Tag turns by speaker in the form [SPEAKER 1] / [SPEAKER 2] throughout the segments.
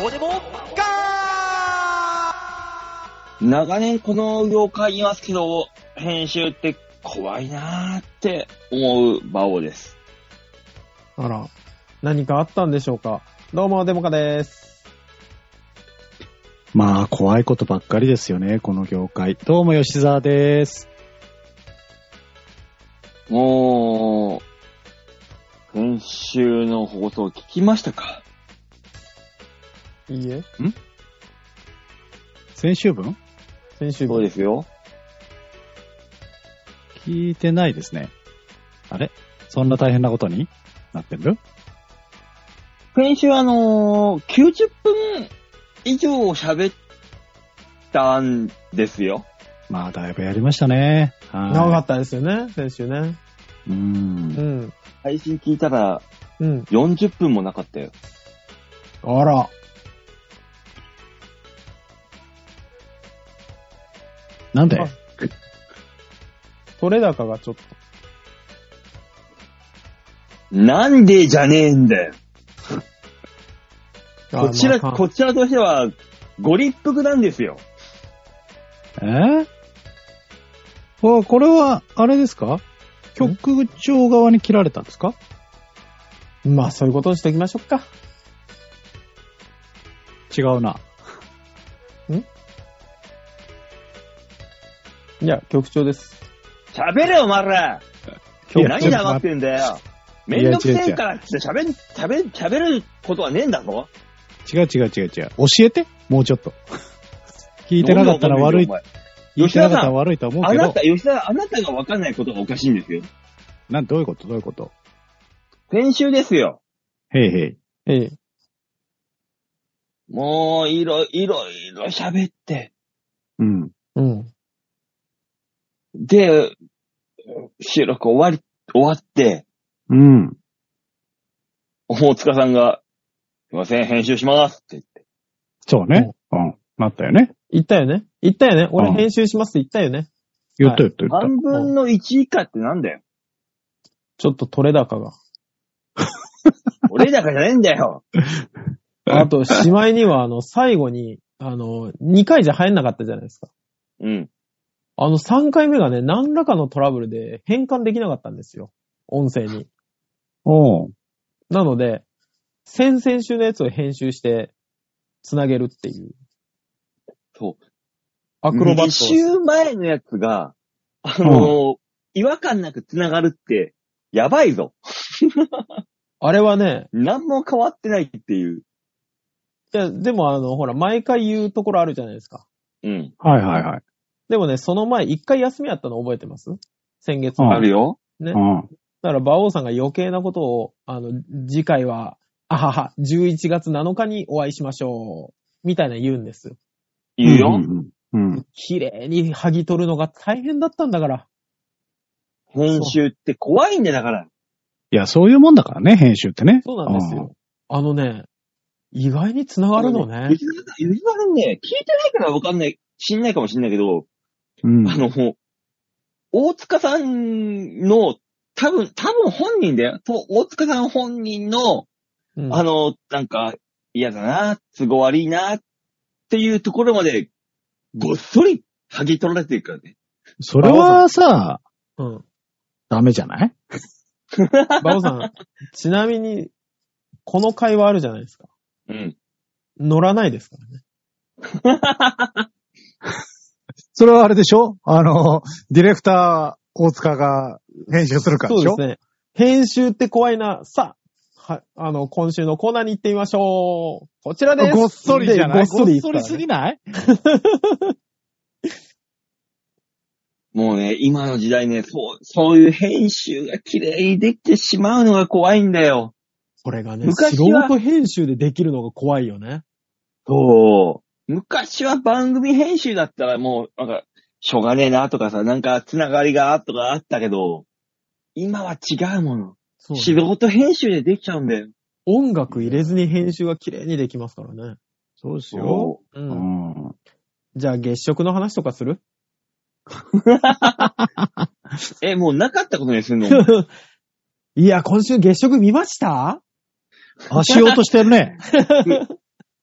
[SPEAKER 1] どうでもガ
[SPEAKER 2] 長年この業界いますけど、編集って怖いなーって思う馬王です。
[SPEAKER 3] あら、何かあったんでしょうかどうも、デモカです。
[SPEAKER 4] まあ、怖いことばっかりですよね、この業界。どうも、吉沢です。
[SPEAKER 2] もう、編集の放送聞きましたか
[SPEAKER 3] いいえ、
[SPEAKER 4] 先週分
[SPEAKER 3] 先週
[SPEAKER 2] そう
[SPEAKER 3] 分
[SPEAKER 2] ですよ。
[SPEAKER 4] 聞いてないですね。あれそんな大変なことになってる
[SPEAKER 2] 先週あのー、90分以上喋ったんですよ。
[SPEAKER 4] まあ、だいぶやりましたね。はい
[SPEAKER 3] 長かったですよね、先週ね。
[SPEAKER 4] うー。
[SPEAKER 3] うんん。
[SPEAKER 2] 配信聞いたら
[SPEAKER 3] うん。
[SPEAKER 2] 40分もなかったよ。
[SPEAKER 3] あら。
[SPEAKER 4] なんで
[SPEAKER 3] あ取れ高がちょっ
[SPEAKER 2] なんでじゃねえんだよ。
[SPEAKER 3] と。あ
[SPEAKER 2] こちら、
[SPEAKER 3] まあ
[SPEAKER 2] こちらとしては、ご立腹なんですよ。
[SPEAKER 4] えーあ、これは、あれですか局長側に切られたんですか
[SPEAKER 3] まあ、そういうことにしておきましょうか。
[SPEAKER 4] 違うな。
[SPEAKER 3] いや、局長です。
[SPEAKER 2] 喋れよ、お前ら
[SPEAKER 4] いや
[SPEAKER 2] 何黙ってんだよめんどくせえからって喋ん、喋ん、喋ることはねえんだぞ
[SPEAKER 4] 違う違う違う違う。教えてもうちょっと。 聞いてなかったら悪い
[SPEAKER 2] お、前
[SPEAKER 4] 聞いてなかったら悪いとは思う
[SPEAKER 2] あ
[SPEAKER 4] け
[SPEAKER 2] な
[SPEAKER 4] ど
[SPEAKER 2] た、、吉田、あなたが分かんないことがおかしいんですよ。
[SPEAKER 4] なん、どういうことどういうこと
[SPEAKER 2] 先週ですよ。
[SPEAKER 4] へいへい。
[SPEAKER 3] ええ。
[SPEAKER 2] もう、いろ、いろ、いろ喋って。
[SPEAKER 4] うん。
[SPEAKER 3] うん。
[SPEAKER 2] で、収録終わり、終わって、
[SPEAKER 4] うん。
[SPEAKER 2] 大塚さんが、すいません、編集しますって言って。
[SPEAKER 4] そうね。うん。なったよね。
[SPEAKER 3] 言ったよね言ったよね俺
[SPEAKER 4] うん
[SPEAKER 3] 編集しますって言ったよね
[SPEAKER 4] 言った言った言った。
[SPEAKER 2] 半分の1以下ってなんだよ。
[SPEAKER 3] ちょっと取れ高が。
[SPEAKER 2] 俺だからじゃねえんだよ。
[SPEAKER 3] あと、しまいには、あの、最後に、あの、2回じゃ入んなかったじゃないですか。
[SPEAKER 2] うん。
[SPEAKER 3] あの、3回目がね、何らかのトラブルで変換できなかったんですよ。音声に。
[SPEAKER 4] おう
[SPEAKER 3] なので、先々週のやつを編集して、つなげるっていう。
[SPEAKER 2] そう。
[SPEAKER 3] アクロバットを。
[SPEAKER 2] 2週前のやつが、あのー違和感なく繋がるって、やばいぞ。
[SPEAKER 3] あれはね、
[SPEAKER 2] 何も変わってないっていう。
[SPEAKER 3] いや、でもあの、ほら、毎回言うところあるじゃないですか。
[SPEAKER 2] うん。
[SPEAKER 4] はいはいはい。
[SPEAKER 3] でもね、その前、一回休みあったの覚えてます先月
[SPEAKER 4] うん
[SPEAKER 2] あるよ。
[SPEAKER 3] え
[SPEAKER 4] うん。
[SPEAKER 3] だから、馬王さんが余計なことを、あの、次回は、あはは、11月7日にお会いしましょう。みたいな言うんですよ。
[SPEAKER 2] 言うよ。
[SPEAKER 4] んうん。うん
[SPEAKER 3] 綺麗に剥ぎ取るのが大変だったんだから。
[SPEAKER 2] 編集って怖いんだよだから。
[SPEAKER 4] いや、そういうもんだからね、編集ってね。
[SPEAKER 3] そうなんですよ。あのね、意外に繋がるのね。
[SPEAKER 2] 吉田さん、吉田さんね、聞いてないからわかんない、知んないかもしんないけど、
[SPEAKER 4] うん。う
[SPEAKER 2] あ
[SPEAKER 4] ん。
[SPEAKER 2] の、大塚さんの、多分、多分本人だよ。と大塚さん本人の、
[SPEAKER 3] うん
[SPEAKER 2] あの、なんか、嫌だな、都合悪いな、っていうところまで、ごっそり剥ぎ取られてるからね。
[SPEAKER 4] それはさ、
[SPEAKER 3] うん。
[SPEAKER 4] ダメじゃない
[SPEAKER 3] バオさん、ちなみに、この会話あるじゃないですか。
[SPEAKER 2] うん。
[SPEAKER 3] 乗らないですからね。
[SPEAKER 4] それはあれでしょあの、ディレクター、大塚が編集するから
[SPEAKER 3] そ
[SPEAKER 4] で
[SPEAKER 3] う
[SPEAKER 4] し
[SPEAKER 3] で
[SPEAKER 4] ょ
[SPEAKER 3] すね。編集って怖いな。さあ、は、あの、今週のコーナーに行ってみましょう。こちらです。
[SPEAKER 4] ごっそりじゃない
[SPEAKER 3] でごっそり行ったらね
[SPEAKER 4] すぎない
[SPEAKER 2] もうね、今の時代ね、そう、そういう編集が綺麗にできてしまうのが怖いんだよ。
[SPEAKER 3] これがね、
[SPEAKER 2] 昔
[SPEAKER 3] 素
[SPEAKER 2] は
[SPEAKER 3] 人編集でできるのが怖いよね。
[SPEAKER 2] そう。昔は番組編集だったらもう、なんか、しょうがねえなとかさ、なんか、つながりがとかあったけど、今は違うもの。
[SPEAKER 3] そうね、
[SPEAKER 2] 素人編集でできちゃうんだよ。
[SPEAKER 3] 音楽入れずに編集が綺麗にできますからね。
[SPEAKER 4] そうです。
[SPEAKER 3] う。
[SPEAKER 4] うんん。
[SPEAKER 3] じゃあ、月食の話とかする
[SPEAKER 2] え、もうなかったことにするの
[SPEAKER 3] いや、今週月食見ました
[SPEAKER 4] あ、しようとしてるね。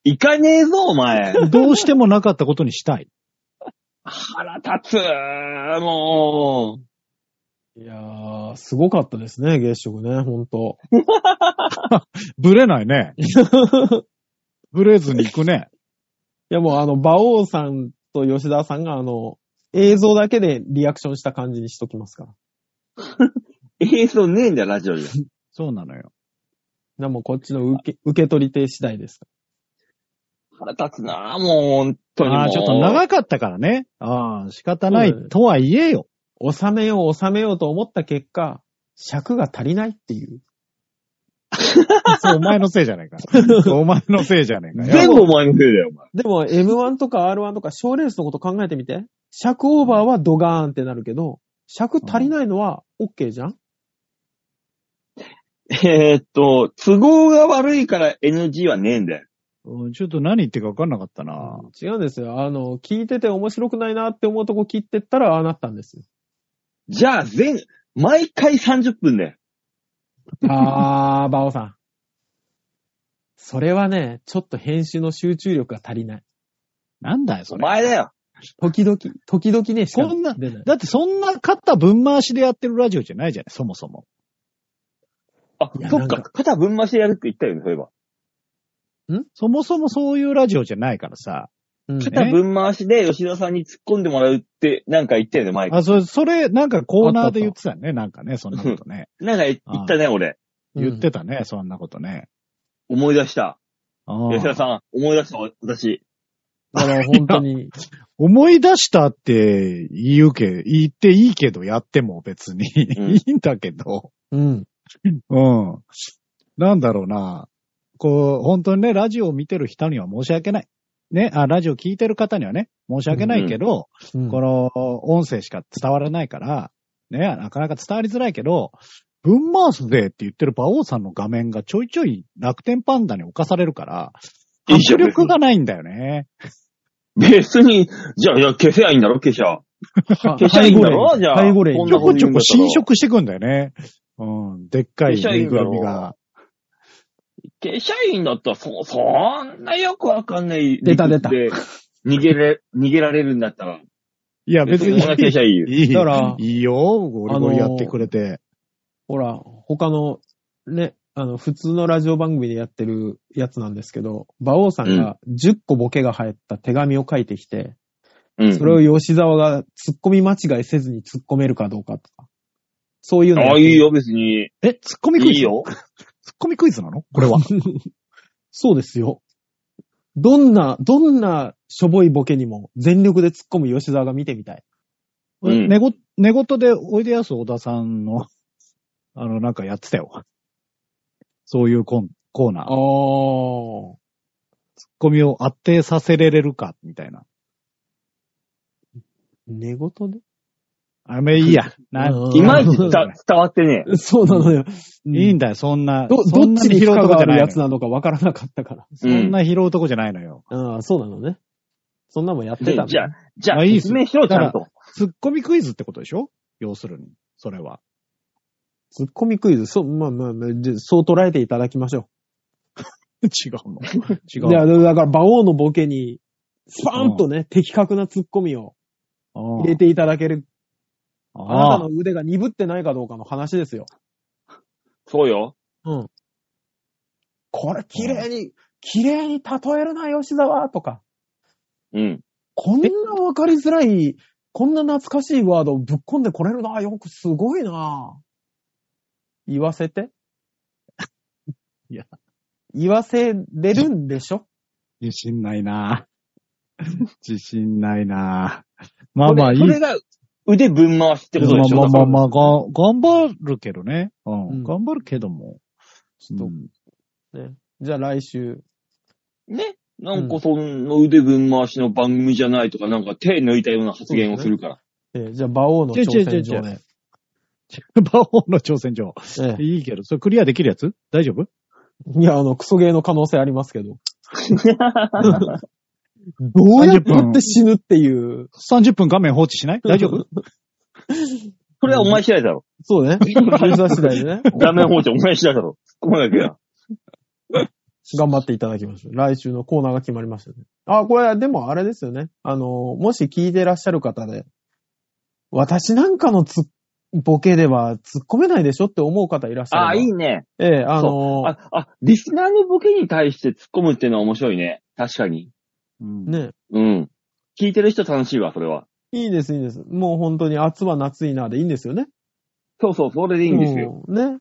[SPEAKER 2] いかねえぞ、お前。
[SPEAKER 4] どうしてもなかったことにしたい。
[SPEAKER 2] 腹立つもう。
[SPEAKER 3] いやー、すごかったですね、月食ね、ほんと。
[SPEAKER 4] ブレない ね。ブレずに行くね。
[SPEAKER 3] いやもうあの、馬王さんと吉田さんがあの、映像だけでリアクションした感じにしときますから。
[SPEAKER 2] 映像ねえんだよ、ラジオには。
[SPEAKER 4] そうなのよ。
[SPEAKER 3] な、もうこっちの受け、受け取り手次第ですか
[SPEAKER 2] 腹立つなもう、本当にもう。
[SPEAKER 4] ああ、ちょっと長かったからね。ああ、仕方ないとはいえよ。
[SPEAKER 3] ら。収めよう、収めようと思った結果、尺が足りないっていう。
[SPEAKER 4] そうお前のせいじゃないか。 お前のせいじゃねえかよ。
[SPEAKER 2] 全部お前のせいだよ、お前。
[SPEAKER 3] でも M1 とか R1 とか賞レースのこと考えてみて。尺オーバーはドガーンってなるけど、尺足りないのは OK じゃん、
[SPEAKER 2] えーっと、都合が悪いから NG はねえんだよ。
[SPEAKER 4] うんちょっと何言ってるか分かんなかったな。
[SPEAKER 3] 違うんですよ。あの、聞いてて面白くないなって思うとこ切ってったらああなったんですよ。
[SPEAKER 2] じゃあ、全、毎回30分だよ。
[SPEAKER 3] あー、バオさん。それはね、ちょっと編集の集中力が足りない。
[SPEAKER 4] なんだよ、そ
[SPEAKER 2] お
[SPEAKER 4] れ。
[SPEAKER 2] 前だよ。
[SPEAKER 3] 時々、時々ね、しか
[SPEAKER 4] こんな
[SPEAKER 3] 出ない。
[SPEAKER 4] だってそんな肩分回しでやってるラジオじゃないじゃない、そもそも。
[SPEAKER 2] あ
[SPEAKER 3] い、や
[SPEAKER 2] そっ
[SPEAKER 3] な
[SPEAKER 2] か、
[SPEAKER 3] ん
[SPEAKER 2] 肩分回してやるって言ったよね、そういえば。
[SPEAKER 4] そもそもそういうラジオじゃないからさ。
[SPEAKER 3] うん
[SPEAKER 2] 肩分回しで吉田さんに突っ込んでもらうって、なんか言ったよね、前。
[SPEAKER 4] あ、それ、それ、なんかコーナーで言ってたよね、なんかね、そんなことね。
[SPEAKER 2] なんか言ったね、俺。
[SPEAKER 4] 言ってたね、そんなことね。
[SPEAKER 2] 思い出した。
[SPEAKER 4] あ
[SPEAKER 2] 吉田
[SPEAKER 4] あ
[SPEAKER 2] さん、思い出した、私。
[SPEAKER 3] だから本当に。
[SPEAKER 4] 思い出したって言うけ、言っていいけどやっても別に
[SPEAKER 2] うん
[SPEAKER 4] いいんだけど。
[SPEAKER 3] うん。
[SPEAKER 4] うん。なんだろうな。こう、本当にね、ラジオを見てる人には申し訳ない。ね、あ、ラジオ聞いてる方にはね、申し訳ないけど、
[SPEAKER 3] うん
[SPEAKER 4] この音声しか伝わらないから、ね、なかなか伝わりづらいけど、分回すぜって言ってる馬王さんの画面がちょいちょい楽天パンダに侵されるから、
[SPEAKER 2] 一
[SPEAKER 4] 迫
[SPEAKER 2] 緒です
[SPEAKER 4] 力がないんだよね。
[SPEAKER 2] 別に、じゃあ、いや、消せばいいんだろ、消しゃ。消しゃいいんだろ、じゃあ。
[SPEAKER 3] 背後霊
[SPEAKER 2] こん
[SPEAKER 4] ち
[SPEAKER 2] な
[SPEAKER 4] ょ
[SPEAKER 2] こ
[SPEAKER 4] ことち
[SPEAKER 2] 言
[SPEAKER 4] ょ
[SPEAKER 2] うんだ
[SPEAKER 4] こ
[SPEAKER 2] ったら
[SPEAKER 4] 侵。食してくんだよね。うん、でっかいぬいぐるみが。
[SPEAKER 2] 消しゃいいんだったら、そ、そんなよくわかんない理屈で。
[SPEAKER 3] 出た出た
[SPEAKER 2] 逃げれ、逃げられるんだったら。
[SPEAKER 4] いや、別に
[SPEAKER 2] そんな消しゃいいよ。
[SPEAKER 4] いい。
[SPEAKER 3] だから
[SPEAKER 4] いいよ、ゴリゴリやってくれて。
[SPEAKER 3] ほら、他の、ね、あの、普通のラジオ番組でやってるやつなんですけど、馬王さんが10個ボケが入った手紙を書いてきて、
[SPEAKER 2] うん。
[SPEAKER 3] それを吉沢が突っ込み間違いせずに突っ込めるかどうかとか。そういうの
[SPEAKER 2] あ
[SPEAKER 3] やっ
[SPEAKER 2] あ、
[SPEAKER 3] て
[SPEAKER 2] い
[SPEAKER 3] る
[SPEAKER 2] いよ、別に。
[SPEAKER 4] え、ツッコミクイ
[SPEAKER 2] い
[SPEAKER 4] ズ
[SPEAKER 2] いよ。
[SPEAKER 4] ツッコミクイズなのこれは。
[SPEAKER 3] そうですよ。どんな、どんなしょぼいボケにも全力で突っ込む吉沢が見てみたい。
[SPEAKER 2] うん
[SPEAKER 4] 寝ご、寝言でおいでやす小田さんの、 あの、なんかやってたよ。そういうコンコーナー。
[SPEAKER 3] あ
[SPEAKER 4] ツッコミを当てさせれれるか、みたいな。
[SPEAKER 3] 寝言で
[SPEAKER 4] あ、めいいや。な
[SPEAKER 3] うん
[SPEAKER 2] いまいち
[SPEAKER 4] そ
[SPEAKER 2] 伝
[SPEAKER 4] う だね
[SPEAKER 2] 伝わってねえ。
[SPEAKER 3] そうなのよ。
[SPEAKER 4] いいん
[SPEAKER 3] だ。
[SPEAKER 4] だよ、そんな。
[SPEAKER 3] ど、
[SPEAKER 4] そん
[SPEAKER 3] どっ
[SPEAKER 4] な
[SPEAKER 3] ちに
[SPEAKER 4] 拾
[SPEAKER 3] 負
[SPEAKER 4] う
[SPEAKER 3] 荷
[SPEAKER 4] とこ
[SPEAKER 3] が
[SPEAKER 4] じゃな
[SPEAKER 3] ある
[SPEAKER 4] いの
[SPEAKER 3] や
[SPEAKER 4] よ
[SPEAKER 3] つなのかわからなかったから。
[SPEAKER 4] そんな拾うとこじゃないのよ。
[SPEAKER 3] ああ、そうなのね。そんなもんやってたんだ
[SPEAKER 2] でじゃあ、じゃあ、
[SPEAKER 4] まあいいっす
[SPEAKER 2] 説明しろ、ちゃんと。
[SPEAKER 4] ツッコミクイズってことでしょ要するに。それは。
[SPEAKER 3] ツッコミクイズ、そう、まあまあまあ、じゃあそう捉えていただきましょ
[SPEAKER 4] 違う の。違
[SPEAKER 3] う。
[SPEAKER 4] う
[SPEAKER 3] い
[SPEAKER 4] の
[SPEAKER 3] や、だから、馬王のボケに、スパーンとね、的確なツッコミを
[SPEAKER 4] うん
[SPEAKER 3] 入れていただける。あなた
[SPEAKER 4] ああ
[SPEAKER 3] の。腕が鈍ってないかどうかの話ですよ。
[SPEAKER 2] そうよ。
[SPEAKER 3] これ、綺麗に、綺麗に例えるな、吉沢とか。
[SPEAKER 2] うん。
[SPEAKER 3] こんなわかりづらい、こんな懐かしいワードをぶっ込んでこれるな、よくすごいな。言わせて。
[SPEAKER 4] いや。
[SPEAKER 3] 言わせれるんでしょ
[SPEAKER 4] 自信ない な自信ないなまあまあいい
[SPEAKER 2] それが腕分回しってことでしょ。
[SPEAKER 4] まあまあ
[SPEAKER 2] だか
[SPEAKER 4] まあまあ、が頑張るけどね。う
[SPEAKER 3] うん
[SPEAKER 4] ん。頑張るけども。
[SPEAKER 3] ちょっと
[SPEAKER 4] うん
[SPEAKER 3] じゃあ来週。
[SPEAKER 2] らね。なんかその腕分回しの番組じゃないとか、なんか手抜いたような発言をするから。
[SPEAKER 3] えーじゃあ、馬王の挑戦
[SPEAKER 4] 違
[SPEAKER 3] 状
[SPEAKER 4] う違う違
[SPEAKER 3] ね。
[SPEAKER 4] 馬王の挑戦 状。
[SPEAKER 3] ええ
[SPEAKER 4] いいけど、それクリアできるやつ大 丈夫
[SPEAKER 3] いや、あの、クソゲーの可能性ありますけど。どうやっ
[SPEAKER 4] 30
[SPEAKER 3] て打っ
[SPEAKER 4] 分
[SPEAKER 3] て、死ぬっていう。
[SPEAKER 4] 30分画面放置しない大丈 夫
[SPEAKER 2] それはお前次第だろ。
[SPEAKER 3] そうね。ユーザー次第でね。
[SPEAKER 2] 画面放置お前次第だろ。突っ込まなきゃ。
[SPEAKER 3] 頑張っていただきましょう。来週のコーナーが決まりましたね。あ、これ、でもあれですよね。あの、もし聞いてらっしゃる方で、私なんかのつボケでは突っ込めないでしょって思う方いらっしゃる。
[SPEAKER 2] あ、いいね。
[SPEAKER 3] ええ、あの、
[SPEAKER 2] あ、あ、リスナーのボケに対して突っ込むっていうのは面白いね。確かに。
[SPEAKER 4] うん
[SPEAKER 3] ね。
[SPEAKER 2] うん。聞いてる人楽しいわ、それは。
[SPEAKER 3] いいです、いいです。もう本当に暑は夏いなでいいんですよね。
[SPEAKER 2] そうそう、それでいいんですよ。
[SPEAKER 3] うん。ね。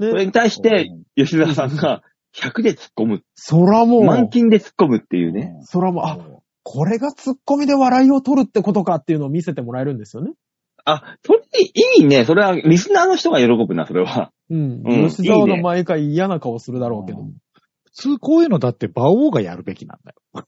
[SPEAKER 2] それ
[SPEAKER 3] ね。
[SPEAKER 2] に対して、、吉田さんが100で突っ込む。
[SPEAKER 3] そらも
[SPEAKER 2] 満
[SPEAKER 3] う、
[SPEAKER 2] 金で突っ込むっていうね。
[SPEAKER 3] そらもう、あ、これが突っ込みで笑いを取るってことかっていうのを見せてもらえるんですよね。
[SPEAKER 2] あ、それいいね。それは、リスナーの人が喜ぶな、それは。
[SPEAKER 3] うん。
[SPEAKER 2] うん
[SPEAKER 3] 吉沢
[SPEAKER 2] いい
[SPEAKER 3] が
[SPEAKER 2] ね
[SPEAKER 3] 毎回嫌な顔するだろうけど。
[SPEAKER 4] 普通こういうのだって馬王がやるべきなんだよ。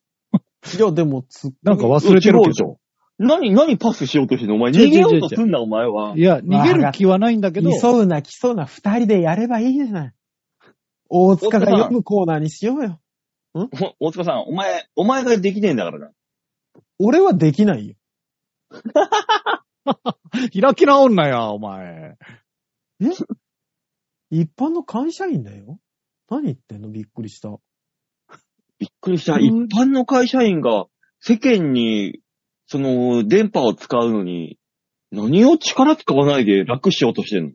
[SPEAKER 3] いや、でも、つ、
[SPEAKER 4] なんか忘れてる
[SPEAKER 2] 違う
[SPEAKER 4] け
[SPEAKER 2] じゃん
[SPEAKER 4] ど。
[SPEAKER 2] 何、何パスしようとしてんのお前、
[SPEAKER 3] 違う
[SPEAKER 2] 逃げようとすんな、お前は。
[SPEAKER 4] いや、逃げる気はないんだけど、
[SPEAKER 3] 急うな、来そうな、二人でやればいいじゃない。大塚が読むコーナーにしようよ。
[SPEAKER 2] お大塚さん、お前、お前ができねえんだからな。
[SPEAKER 3] 俺はできないよ。
[SPEAKER 4] 開き直んなや、お前。
[SPEAKER 3] 一般の会社員だよ。何言ってんのびっくりした。
[SPEAKER 2] びっくりした。
[SPEAKER 4] うん
[SPEAKER 2] 一般の会社員が、世間に、その、電波を使うのに、何を力使わないで楽しようとしてんの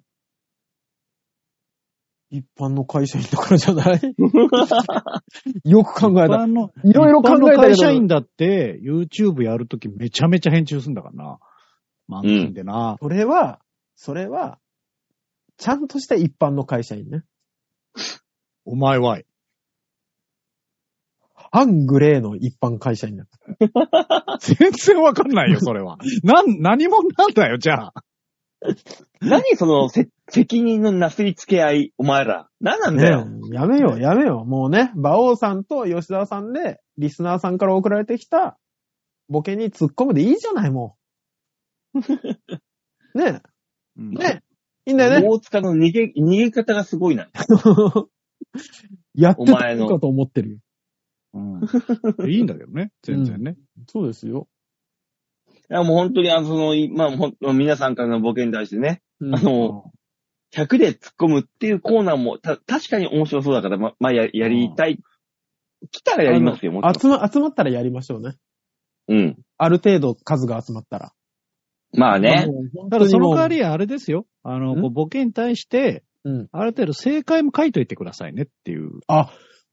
[SPEAKER 3] 一般の会社員だからじゃない よく考え
[SPEAKER 4] 一
[SPEAKER 3] た。
[SPEAKER 4] 般の
[SPEAKER 3] いろいろ考え
[SPEAKER 4] 一般の
[SPEAKER 3] たけ
[SPEAKER 4] 会社員
[SPEAKER 3] ど、
[SPEAKER 4] だって、YouTube やるときめちゃめちゃ編集すんだからな。満金でな。
[SPEAKER 3] それは、それは、ちゃんとした一般の会社員ね。
[SPEAKER 4] お前はい。
[SPEAKER 3] 半グレーの一般会社員だ。
[SPEAKER 4] 全然わかん ないよ、それは。なん、何もなんだよ、じゃあ。
[SPEAKER 2] 何その、せ責任のなすりつけ合い、お前ら。何なんだよ。
[SPEAKER 3] ねえやめよう、やめよう。もうね、馬王さんと吉沢さんで、リスナーさんから送られてきた、ボケに突っ込むでいいじゃない、もう。ねえ、ねえ、いいんだよね。
[SPEAKER 2] 大塚の逃げ、逃げ方がすごいな。
[SPEAKER 3] やって
[SPEAKER 2] お
[SPEAKER 3] た
[SPEAKER 2] 前の
[SPEAKER 3] のかと思ってるよ。
[SPEAKER 4] うんいいんだけどね、全然ね。
[SPEAKER 3] そうですよ。
[SPEAKER 2] いや、もう本当に、あの、その、いまあ、ほん皆さんからのボケに対してね、
[SPEAKER 3] うん
[SPEAKER 2] あの、100で突っ込むっていうコーナーも、た、確かに面白そうだから、ま、まあ、や、やりたい。来たらやりますよ、もち
[SPEAKER 3] 集ま、集まったらやりましょうね。
[SPEAKER 2] ろん。うん。
[SPEAKER 3] ある程度数が集まったら。
[SPEAKER 2] まあね。
[SPEAKER 3] もう
[SPEAKER 4] た
[SPEAKER 3] 本当にもう
[SPEAKER 4] だその代わり、あれですよ。あの、
[SPEAKER 3] ん
[SPEAKER 4] こうボケに対して、
[SPEAKER 3] うん
[SPEAKER 4] ある程度正解も書いといてくださいねっていう。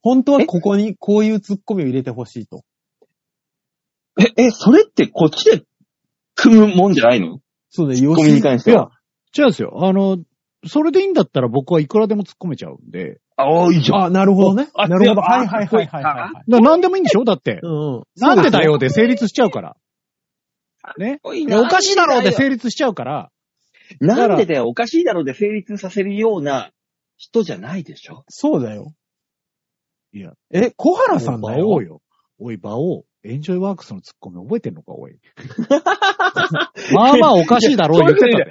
[SPEAKER 3] 本当はここにこういう突っ込みを入れてほしいと。
[SPEAKER 2] え、え、それってこっちで組むもんじゃないの
[SPEAKER 3] そうね、
[SPEAKER 2] コミに
[SPEAKER 3] 吉
[SPEAKER 2] 関しては。
[SPEAKER 4] 違うんですよ。あの、それでいいんだったら僕はいくらでも突っ込めちゃうんで。
[SPEAKER 2] ああ、いいじゃん。
[SPEAKER 3] あ、なるほどね。
[SPEAKER 2] あ
[SPEAKER 3] なるほど。
[SPEAKER 2] いや
[SPEAKER 3] はいはいはいはいはいは
[SPEAKER 4] だ
[SPEAKER 3] い。
[SPEAKER 4] から何でもいい んでしょだって。
[SPEAKER 3] うんうん。
[SPEAKER 4] なんでだよで成立しちゃうから。ね。
[SPEAKER 2] おい
[SPEAKER 4] でおかしいだろ
[SPEAKER 2] な
[SPEAKER 4] うで
[SPEAKER 2] んでだよ
[SPEAKER 4] 成立しちゃうから。
[SPEAKER 2] なんでだよ、おかしいだろうで成立させるような人じゃないでしょ。
[SPEAKER 3] そうだよ。
[SPEAKER 4] いや。
[SPEAKER 3] え、小原さんだ
[SPEAKER 4] 馬王
[SPEAKER 3] よ。
[SPEAKER 4] よ。おい、馬王。エンジョイワークスのツッコミ覚えてんの か、おい。まあまあおかしいだろう言ってたよ。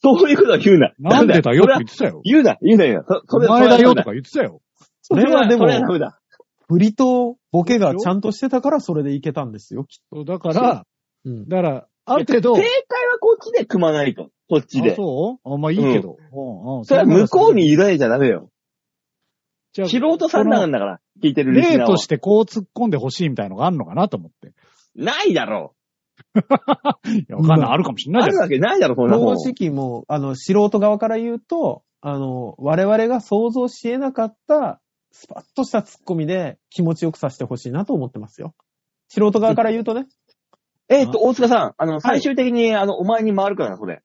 [SPEAKER 2] そういうことは言うな。
[SPEAKER 4] なんでだよ
[SPEAKER 2] そ
[SPEAKER 4] っ
[SPEAKER 2] れ
[SPEAKER 4] て言
[SPEAKER 2] は
[SPEAKER 4] ってたよ。
[SPEAKER 2] 言うな、言うな、言うな。そ
[SPEAKER 4] お
[SPEAKER 2] それ
[SPEAKER 4] 前だよ
[SPEAKER 2] それはダメ
[SPEAKER 4] とか言ってたよ。
[SPEAKER 3] それはで
[SPEAKER 2] そ
[SPEAKER 3] も
[SPEAKER 2] れ、はダメだ。
[SPEAKER 3] 振りとボケがちゃんとしてたからそれでいけたんですよ、きっ
[SPEAKER 4] そうだから、
[SPEAKER 3] と。うん。
[SPEAKER 4] だから、ある程度、
[SPEAKER 2] 正解はこっちで組まないと。こっち
[SPEAKER 4] あ
[SPEAKER 2] で。
[SPEAKER 4] そうあまあいいけど。うんうん
[SPEAKER 2] それは向こうに委ねちゃダメよ。
[SPEAKER 4] じゃあ
[SPEAKER 2] 素人さんなんだから、聞いてるリス
[SPEAKER 4] 例
[SPEAKER 2] ナー
[SPEAKER 4] と
[SPEAKER 2] は。
[SPEAKER 4] してこう突っ込んでほしいみたいのがあるのかなと思って。
[SPEAKER 2] ないだろ
[SPEAKER 4] いや、わかんない。
[SPEAKER 3] うん
[SPEAKER 4] あるかもしん
[SPEAKER 2] う。
[SPEAKER 4] ない
[SPEAKER 2] あ
[SPEAKER 4] じゃ
[SPEAKER 2] る
[SPEAKER 4] ん。
[SPEAKER 2] わけないだろ、こんなもん。
[SPEAKER 3] 正直もう、あの、素人側から言うと、あの、我々が想像し得なかった、スパッとしたツッコミで気持ちよくさせてほしいなと思ってますよ。素人側から言うとね。
[SPEAKER 2] えっと、大塚さん、あの、最終的に、あの、お前に回るからな、それ。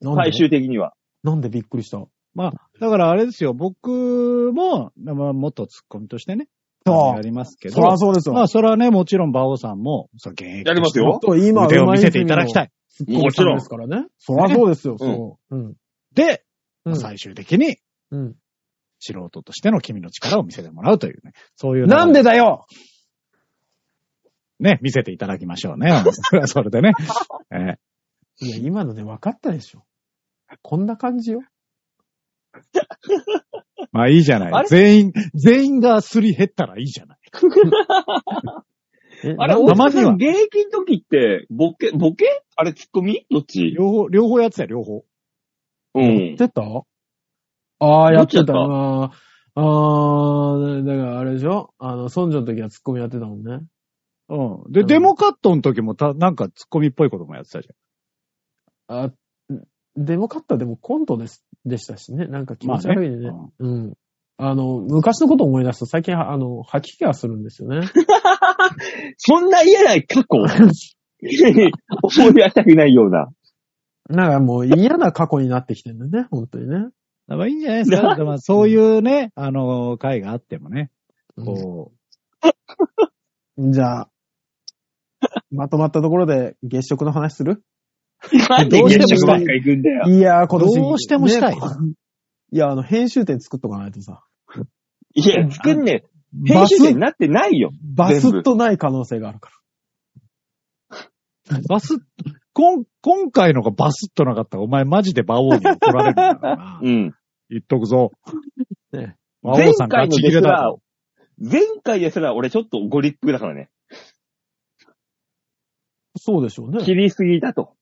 [SPEAKER 3] なんで
[SPEAKER 2] 最終的には。
[SPEAKER 3] なんでびっくりした
[SPEAKER 4] まあ、だからあれですよ。僕も、まあ、元突っ込みとしてね。やりますけど。
[SPEAKER 3] そりゃそうですよ。
[SPEAKER 4] まあ、それはね、もちろん、馬王さんも、そう、現役。
[SPEAKER 2] やりますよ。
[SPEAKER 3] そう今、
[SPEAKER 4] 腕を見せていただきた
[SPEAKER 3] い。
[SPEAKER 4] い。
[SPEAKER 2] もちろん
[SPEAKER 3] ですからね。そりゃそうですよ、
[SPEAKER 2] うん
[SPEAKER 3] そう。うん。
[SPEAKER 4] で、
[SPEAKER 3] う
[SPEAKER 4] まあ
[SPEAKER 3] ん
[SPEAKER 4] 最終的に、
[SPEAKER 3] うん。
[SPEAKER 4] 素人としての君の力を見せてもらうというね。そういう。
[SPEAKER 3] なんでだよ
[SPEAKER 4] ね、見せていただきましょう ね。それはそれでね。え
[SPEAKER 3] いや、今ので分かったでしょ。こんな感じよ。
[SPEAKER 4] えまあいいじゃな
[SPEAKER 2] あ
[SPEAKER 4] い。
[SPEAKER 2] れ
[SPEAKER 4] 全員、全員がすり減ったらいいじゃない。
[SPEAKER 3] え
[SPEAKER 2] あれ、
[SPEAKER 3] な
[SPEAKER 2] 大塚
[SPEAKER 4] たまに
[SPEAKER 2] さ
[SPEAKER 4] は
[SPEAKER 2] ん、現役の時って、ボケ、ボケあれ、ツッコミどっち
[SPEAKER 4] 両方、両方やってたよ、両方。
[SPEAKER 2] うん
[SPEAKER 3] やっ。てたああ、やって
[SPEAKER 2] ど
[SPEAKER 3] た
[SPEAKER 2] っち
[SPEAKER 3] なあー、だだからあれでしょあの、孫女の時はツッコミやってたもんね。
[SPEAKER 4] うん。で、
[SPEAKER 3] うん
[SPEAKER 4] デモカットの時もた、なんかツッコミっぽいこともやってたじ
[SPEAKER 3] あ、でも勝ったでもコントです、でしたしね。なんか気持ち悪いね。
[SPEAKER 4] ゃん。うん
[SPEAKER 3] うん。あの、昔のことを思い出すと最近、あの、吐き気がするんですよね。
[SPEAKER 2] そんな嫌な過去思い出したくないような。
[SPEAKER 3] なんかもう嫌な過去になってきてるんだね、本当にね。
[SPEAKER 4] だからいいんじゃないですか。まあそういうね、あの、会があってもね、こ
[SPEAKER 3] じゃあ、まとまったところで月食の話する
[SPEAKER 2] なんで現職ばっか行くんだよ。
[SPEAKER 3] いやー、今年。
[SPEAKER 4] どうしてもしたい
[SPEAKER 3] ねいや、あの、編集点作っとかないとさ、
[SPEAKER 2] いや、作んね
[SPEAKER 4] う、
[SPEAKER 2] え。編
[SPEAKER 4] バス
[SPEAKER 2] 集、者になってないよ。
[SPEAKER 3] バスッとない可能性があるか
[SPEAKER 4] バス、こん、今回のがバスっとなかったら、お前マジで馬王に怒られるんだか らな
[SPEAKER 2] う。ん。
[SPEAKER 4] 言っとくぞ。
[SPEAKER 3] ね
[SPEAKER 4] 馬王さんガチ切れだぞ。
[SPEAKER 2] 前回ですら俺ちょっとご立腹だからね。
[SPEAKER 3] ら。そうでしょうね。
[SPEAKER 2] 切りすぎだと。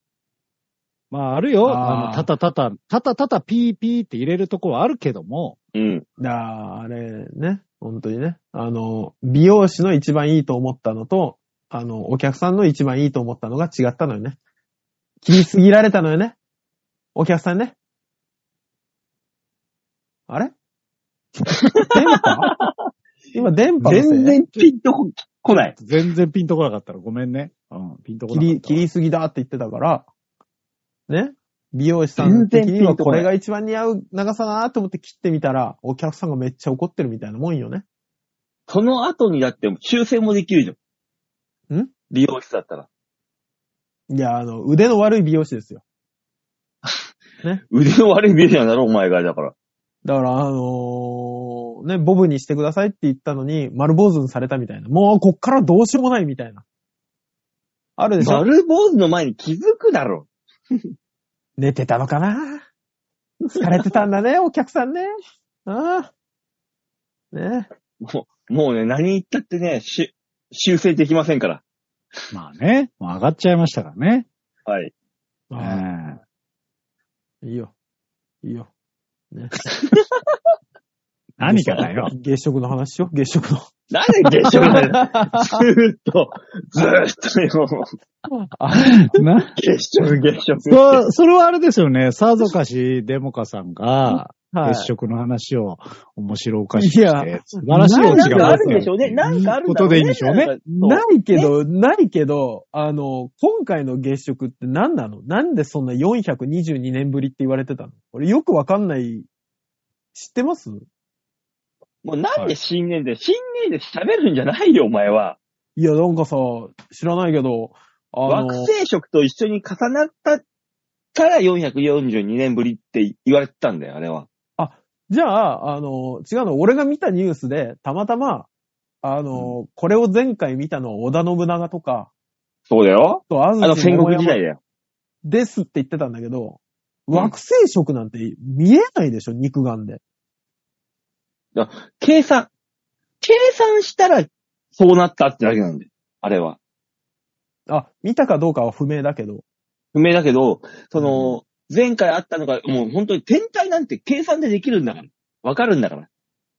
[SPEAKER 4] まああるよ。あ
[SPEAKER 3] あー
[SPEAKER 4] の、たたたた、たたたたピーピーって入れるとこはあるけども、
[SPEAKER 2] うん。
[SPEAKER 3] だからあれね、本当にね。あの、美容師の一番いいと思ったのと、あの、お客さんの一番いいと思ったのが違ったのよね。切りすぎられたのよね。お客さんね。あ れ電波今電波のせい
[SPEAKER 2] 全然ピンとこ来ない。
[SPEAKER 4] 全然ピンとこなかったらごめんね。うん、ピンとこ
[SPEAKER 3] 切
[SPEAKER 4] なかったわ
[SPEAKER 3] り、切りすぎだって言ってたから、ね。美容師さん的にはこれが一番似合う長さだなと思って切ってみたら、お客さんがめっちゃ怒ってるみたいなもんよね。
[SPEAKER 2] その後にだって修正もできるじゃん。
[SPEAKER 3] ん
[SPEAKER 2] 美容室だったら。
[SPEAKER 3] いや、あの、腕の悪い美容師ですよ。
[SPEAKER 2] 腕の悪い美容師なんだろ、お前が。だから。
[SPEAKER 3] だから、あのーね、ボブにしてくださいって言ったのに、丸坊主にされたみたいな。もう、こっからどうしようもないみたいな。あるでしょ
[SPEAKER 2] 丸坊主の前に気づくだろ。
[SPEAKER 3] 寝てたのかな疲れてたん だね、お客さんね。ああ。ね。
[SPEAKER 2] もう、もうね、何言ったってね、し修正できませんから。
[SPEAKER 4] まあね、もう上がっちゃいましたからね。
[SPEAKER 2] はい。
[SPEAKER 4] え
[SPEAKER 3] あ
[SPEAKER 4] え
[SPEAKER 3] あいいよ。いいよ。
[SPEAKER 4] 何がだよ。
[SPEAKER 3] 月食の話しよう、月食の。
[SPEAKER 2] なんで月食 だよ。ずーっと、ずーっとよ。
[SPEAKER 4] な
[SPEAKER 2] 月食、月食。
[SPEAKER 4] そう、それはあれですよね。さぞかしデモカさんが、
[SPEAKER 3] は
[SPEAKER 4] 月食の話を面白おかしくして、
[SPEAKER 3] いや
[SPEAKER 4] 素晴らしい
[SPEAKER 3] な
[SPEAKER 4] お
[SPEAKER 3] ん
[SPEAKER 2] なん
[SPEAKER 4] 家
[SPEAKER 2] か
[SPEAKER 4] が
[SPEAKER 2] あるんでしょうね。なんかあるんだろう
[SPEAKER 4] いいことでいいんでしょうね
[SPEAKER 2] なんかそう
[SPEAKER 3] ないけど、ないけど、あの、今回の月食って何なのなんでそんな422年ぶりって言われてたの俺よくわかんない、知ってます
[SPEAKER 2] もうなんで新年で、新年で喋るんじゃないよ、お前は。
[SPEAKER 3] いや、なんかさ、知らないけど、あの
[SPEAKER 2] 惑、星食と一緒に重なったから442年ぶりって言われてたんだよ、あれは。
[SPEAKER 3] じゃあ、あの、違うの、俺が見たニュースで、たまたま、あの、これを前回見たのは織田信長とか、
[SPEAKER 2] そうだよ。
[SPEAKER 3] あと安
[SPEAKER 2] あの
[SPEAKER 3] 土
[SPEAKER 2] 戦
[SPEAKER 3] 桃
[SPEAKER 2] 国時
[SPEAKER 3] 山
[SPEAKER 2] 代だよ。
[SPEAKER 3] ですって言ってたんだけど、
[SPEAKER 2] うん
[SPEAKER 3] 惑星食なんて見えないでしょ、肉眼で。
[SPEAKER 2] 計算。計算したら、そうなったってだけなんだよ。あれは。
[SPEAKER 3] あ、見たかどうかは不明だけど。
[SPEAKER 2] 不明だけど、その、前回あったのが、もう本当に天体なんて計算でできるんだから。わかるんだから。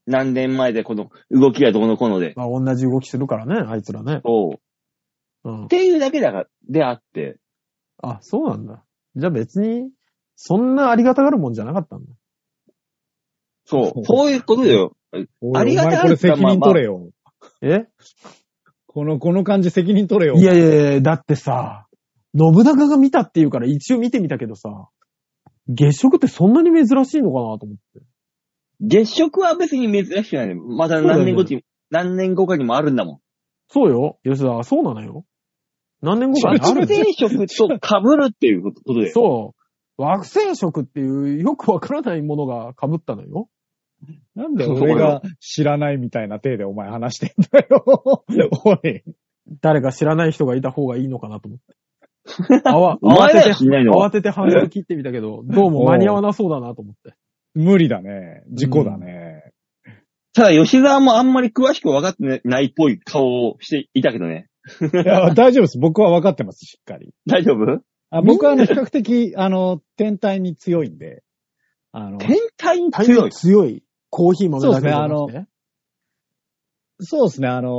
[SPEAKER 2] 何年前でこの動きがどうのこうので。
[SPEAKER 3] まあ、同じ動きするからね、あいつらね。
[SPEAKER 2] そう。っ
[SPEAKER 3] うん。
[SPEAKER 2] ていうだけだから、であって。
[SPEAKER 3] あ、そうなんだ。じゃあ別に、そんなありがたがるもんじゃなかったんだ。
[SPEAKER 2] そ
[SPEAKER 4] そう
[SPEAKER 2] う。そういうことだよ。
[SPEAKER 4] おい
[SPEAKER 2] ありがたい
[SPEAKER 4] お前これ責任取れよ。
[SPEAKER 3] え
[SPEAKER 4] この、この感じ責任取れよ。
[SPEAKER 3] いやいやいや、だってさ、信長が見たっていうから一応見てみたけどさ、月食ってそんなに珍しいのかなと思って。
[SPEAKER 2] 月食は別に珍しくないね。まだ何年後に、何年後かにもあるんだもん。
[SPEAKER 3] そうよ。吉田、そうなのよ。何年後かにあ
[SPEAKER 2] 惑
[SPEAKER 3] るんだよ
[SPEAKER 2] 星食と被るっていうことだよ。
[SPEAKER 3] そう。惑星食っていうよくわからないものが被ったのよ。
[SPEAKER 4] なんで俺が知らないみたいな体でお前話してんだ よ。おい。
[SPEAKER 3] 誰か知らない人がいた方がいいのかなと 思って。あわ
[SPEAKER 2] お前
[SPEAKER 3] 慌て
[SPEAKER 2] だ
[SPEAKER 3] て
[SPEAKER 2] よ、しないのは
[SPEAKER 3] 慌。てて反応切ってみたけど、どうも間に合わなそうだなと思って。
[SPEAKER 4] 無理だね。事故だね。
[SPEAKER 2] ただ、吉沢もあんまり詳しく分かってないっぽい顔をしていたけどね。
[SPEAKER 4] いや、大丈夫です。僕は分かってます、しっかり。
[SPEAKER 2] 大丈夫
[SPEAKER 4] あ僕はあの、比較 的、あの、天体に強いんで。あの、
[SPEAKER 2] 天体に強い。
[SPEAKER 3] 強い。コーヒー豆だけじゃなくて。
[SPEAKER 4] そうでそうですね、あの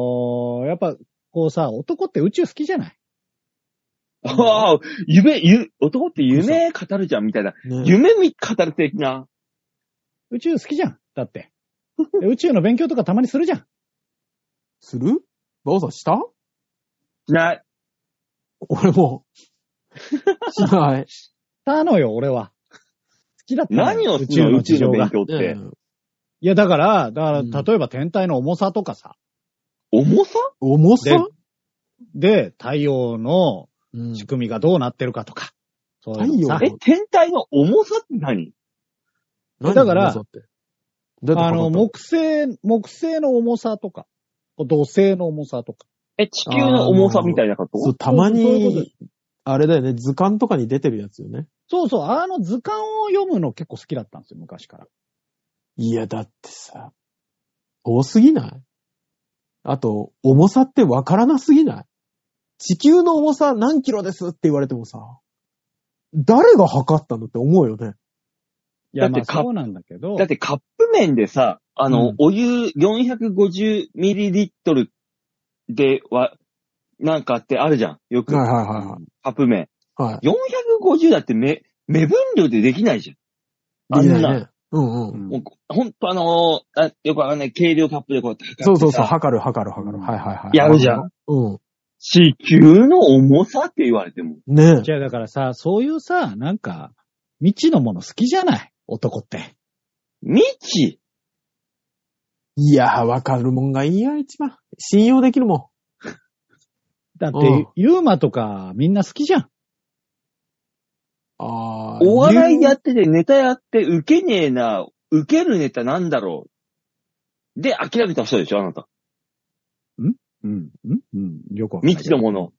[SPEAKER 4] ーやっぱ、こうさ、男って宇宙好きじゃない
[SPEAKER 2] ああ、夢、ゆ、男って夢語るじゃん、みたいな。
[SPEAKER 3] ね
[SPEAKER 2] 夢み語る的な。
[SPEAKER 4] 宇宙好きじゃん。だって。で宇宙の勉強とかたまにするじゃん。
[SPEAKER 3] するバオさんした
[SPEAKER 2] ない。
[SPEAKER 3] 俺も。 しない。
[SPEAKER 4] たのよ、俺は。好きだったのよ。
[SPEAKER 2] 何をするの宇
[SPEAKER 4] 宇
[SPEAKER 2] 宙
[SPEAKER 4] 宙
[SPEAKER 2] の
[SPEAKER 4] の
[SPEAKER 2] 勉
[SPEAKER 4] 勉強。
[SPEAKER 2] 強っ
[SPEAKER 3] ね
[SPEAKER 2] て。
[SPEAKER 4] いや、だから、だから、
[SPEAKER 3] うん
[SPEAKER 4] 例えば天体の重さとかさ。
[SPEAKER 2] 重さ
[SPEAKER 3] 重さ
[SPEAKER 4] で、で、太陽の
[SPEAKER 3] うん
[SPEAKER 4] 仕組みがどうなってるかとか。そういうのさ
[SPEAKER 3] 太
[SPEAKER 2] え、天体の重さって何
[SPEAKER 3] 何
[SPEAKER 4] だから
[SPEAKER 3] 重さってどうやっ
[SPEAKER 4] あ
[SPEAKER 3] て
[SPEAKER 4] の、
[SPEAKER 3] 測っ
[SPEAKER 4] 木星、木星の重さとか、土星の重さとか。
[SPEAKER 2] え、地球の重さみたいなこ
[SPEAKER 3] たそう、
[SPEAKER 2] と
[SPEAKER 3] たま
[SPEAKER 4] そういうこと
[SPEAKER 3] に、あれだよね、図鑑とかに出てるやつよね。
[SPEAKER 4] そうそう、あの図鑑を読むの結構好きだったんですよ、昔から。
[SPEAKER 3] いや、だってさ、多すぎないあと、重さってわからなすぎない地球の重さ何キロですって言われてもさ、誰が測ったのって思うよね。
[SPEAKER 4] い
[SPEAKER 2] だ
[SPEAKER 4] や、ま
[SPEAKER 2] って
[SPEAKER 4] あ
[SPEAKER 2] か
[SPEAKER 4] そうなんだけど
[SPEAKER 2] だ、ってカップ麺でさ、あの、
[SPEAKER 3] うん
[SPEAKER 2] お湯 450ml では、なんかってあるじゃん。よく、
[SPEAKER 3] はい
[SPEAKER 2] カ
[SPEAKER 3] はいはいはい。
[SPEAKER 2] ップ麺。
[SPEAKER 3] はい。
[SPEAKER 2] 450だって目、目分量でできないじゃん。あ
[SPEAKER 3] で
[SPEAKER 2] ん
[SPEAKER 3] きない
[SPEAKER 2] な、
[SPEAKER 3] ね。うんうん。
[SPEAKER 2] もうほんとあのーあよくわかんない、軽量カップでこうやって測ってさ
[SPEAKER 3] そうそうそう、測る測る測る。はいはいはい。
[SPEAKER 2] やるじゃん。
[SPEAKER 3] うん。
[SPEAKER 2] 地球の重さって言われても。
[SPEAKER 3] ね
[SPEAKER 4] じゃあだからさ、そういうさ、なんか、未知のもの好きじゃない男って。
[SPEAKER 2] 未知
[SPEAKER 3] いやー、わかるもんがいいや、一番。信用できるも
[SPEAKER 4] だって
[SPEAKER 3] うん、
[SPEAKER 4] ユーマとかみんな好きじゃん。
[SPEAKER 3] ん。あー
[SPEAKER 2] お笑いやっててネタやって受けねえな、受けるネタなんだろう。で、諦めた人でしょあなた。
[SPEAKER 4] うん、うん、うん、よくわかんない
[SPEAKER 2] 未
[SPEAKER 4] け
[SPEAKER 2] 知
[SPEAKER 4] ど
[SPEAKER 2] のもの。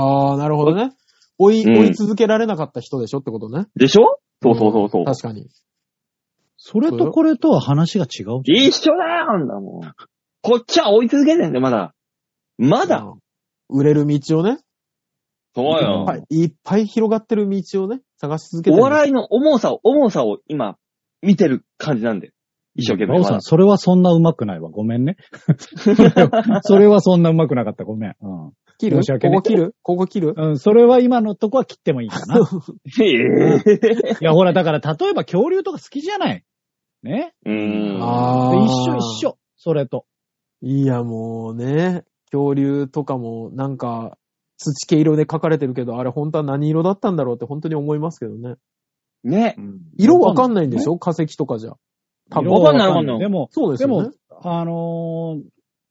[SPEAKER 3] ああ、なるほどね。追い、
[SPEAKER 2] うん
[SPEAKER 3] 追い続けられなかった人でしょってことね。
[SPEAKER 2] でしょそうそうそうそう。
[SPEAKER 3] 確かに。
[SPEAKER 4] それとこれとは話が違う。
[SPEAKER 2] 一緒だよ、あんだもん。こっちは追い続けてんだよ、まだ。まだ。
[SPEAKER 3] うん売れる道をね、
[SPEAKER 2] そうよ。
[SPEAKER 4] はい
[SPEAKER 3] いっぱい広がってる道をね、探し続けて
[SPEAKER 2] お
[SPEAKER 3] る。
[SPEAKER 2] 笑いの重さを、重さを今、見てる感じなんで。一生懸
[SPEAKER 4] バ
[SPEAKER 2] 命。
[SPEAKER 4] オさん、それはそんな上手くないわ。ごめんね。 それはそんな上手くなかった。ごめん。うん
[SPEAKER 3] 切る
[SPEAKER 4] 申し訳ね
[SPEAKER 3] ここ切るここ切る
[SPEAKER 4] うん、それは今のとこは切ってもいいか な。い
[SPEAKER 2] ええ
[SPEAKER 4] や、ほら、だから、例えば恐竜とか好きじゃない。ね。
[SPEAKER 2] うーん。
[SPEAKER 3] あ
[SPEAKER 4] で
[SPEAKER 3] ー
[SPEAKER 4] 一緒一緒。それと。
[SPEAKER 3] いや、もうね、恐竜とかもなんか、土系色で描かれてるけど、あれ本当は何色だったんだろうって本当に思いますけどね。
[SPEAKER 2] ね。
[SPEAKER 3] 色わかんないんでしょ化石とかじゃ。多分
[SPEAKER 4] 色は
[SPEAKER 2] わかんないわかんない
[SPEAKER 4] でも、
[SPEAKER 3] そうです
[SPEAKER 4] で
[SPEAKER 3] よね
[SPEAKER 4] も。、あのー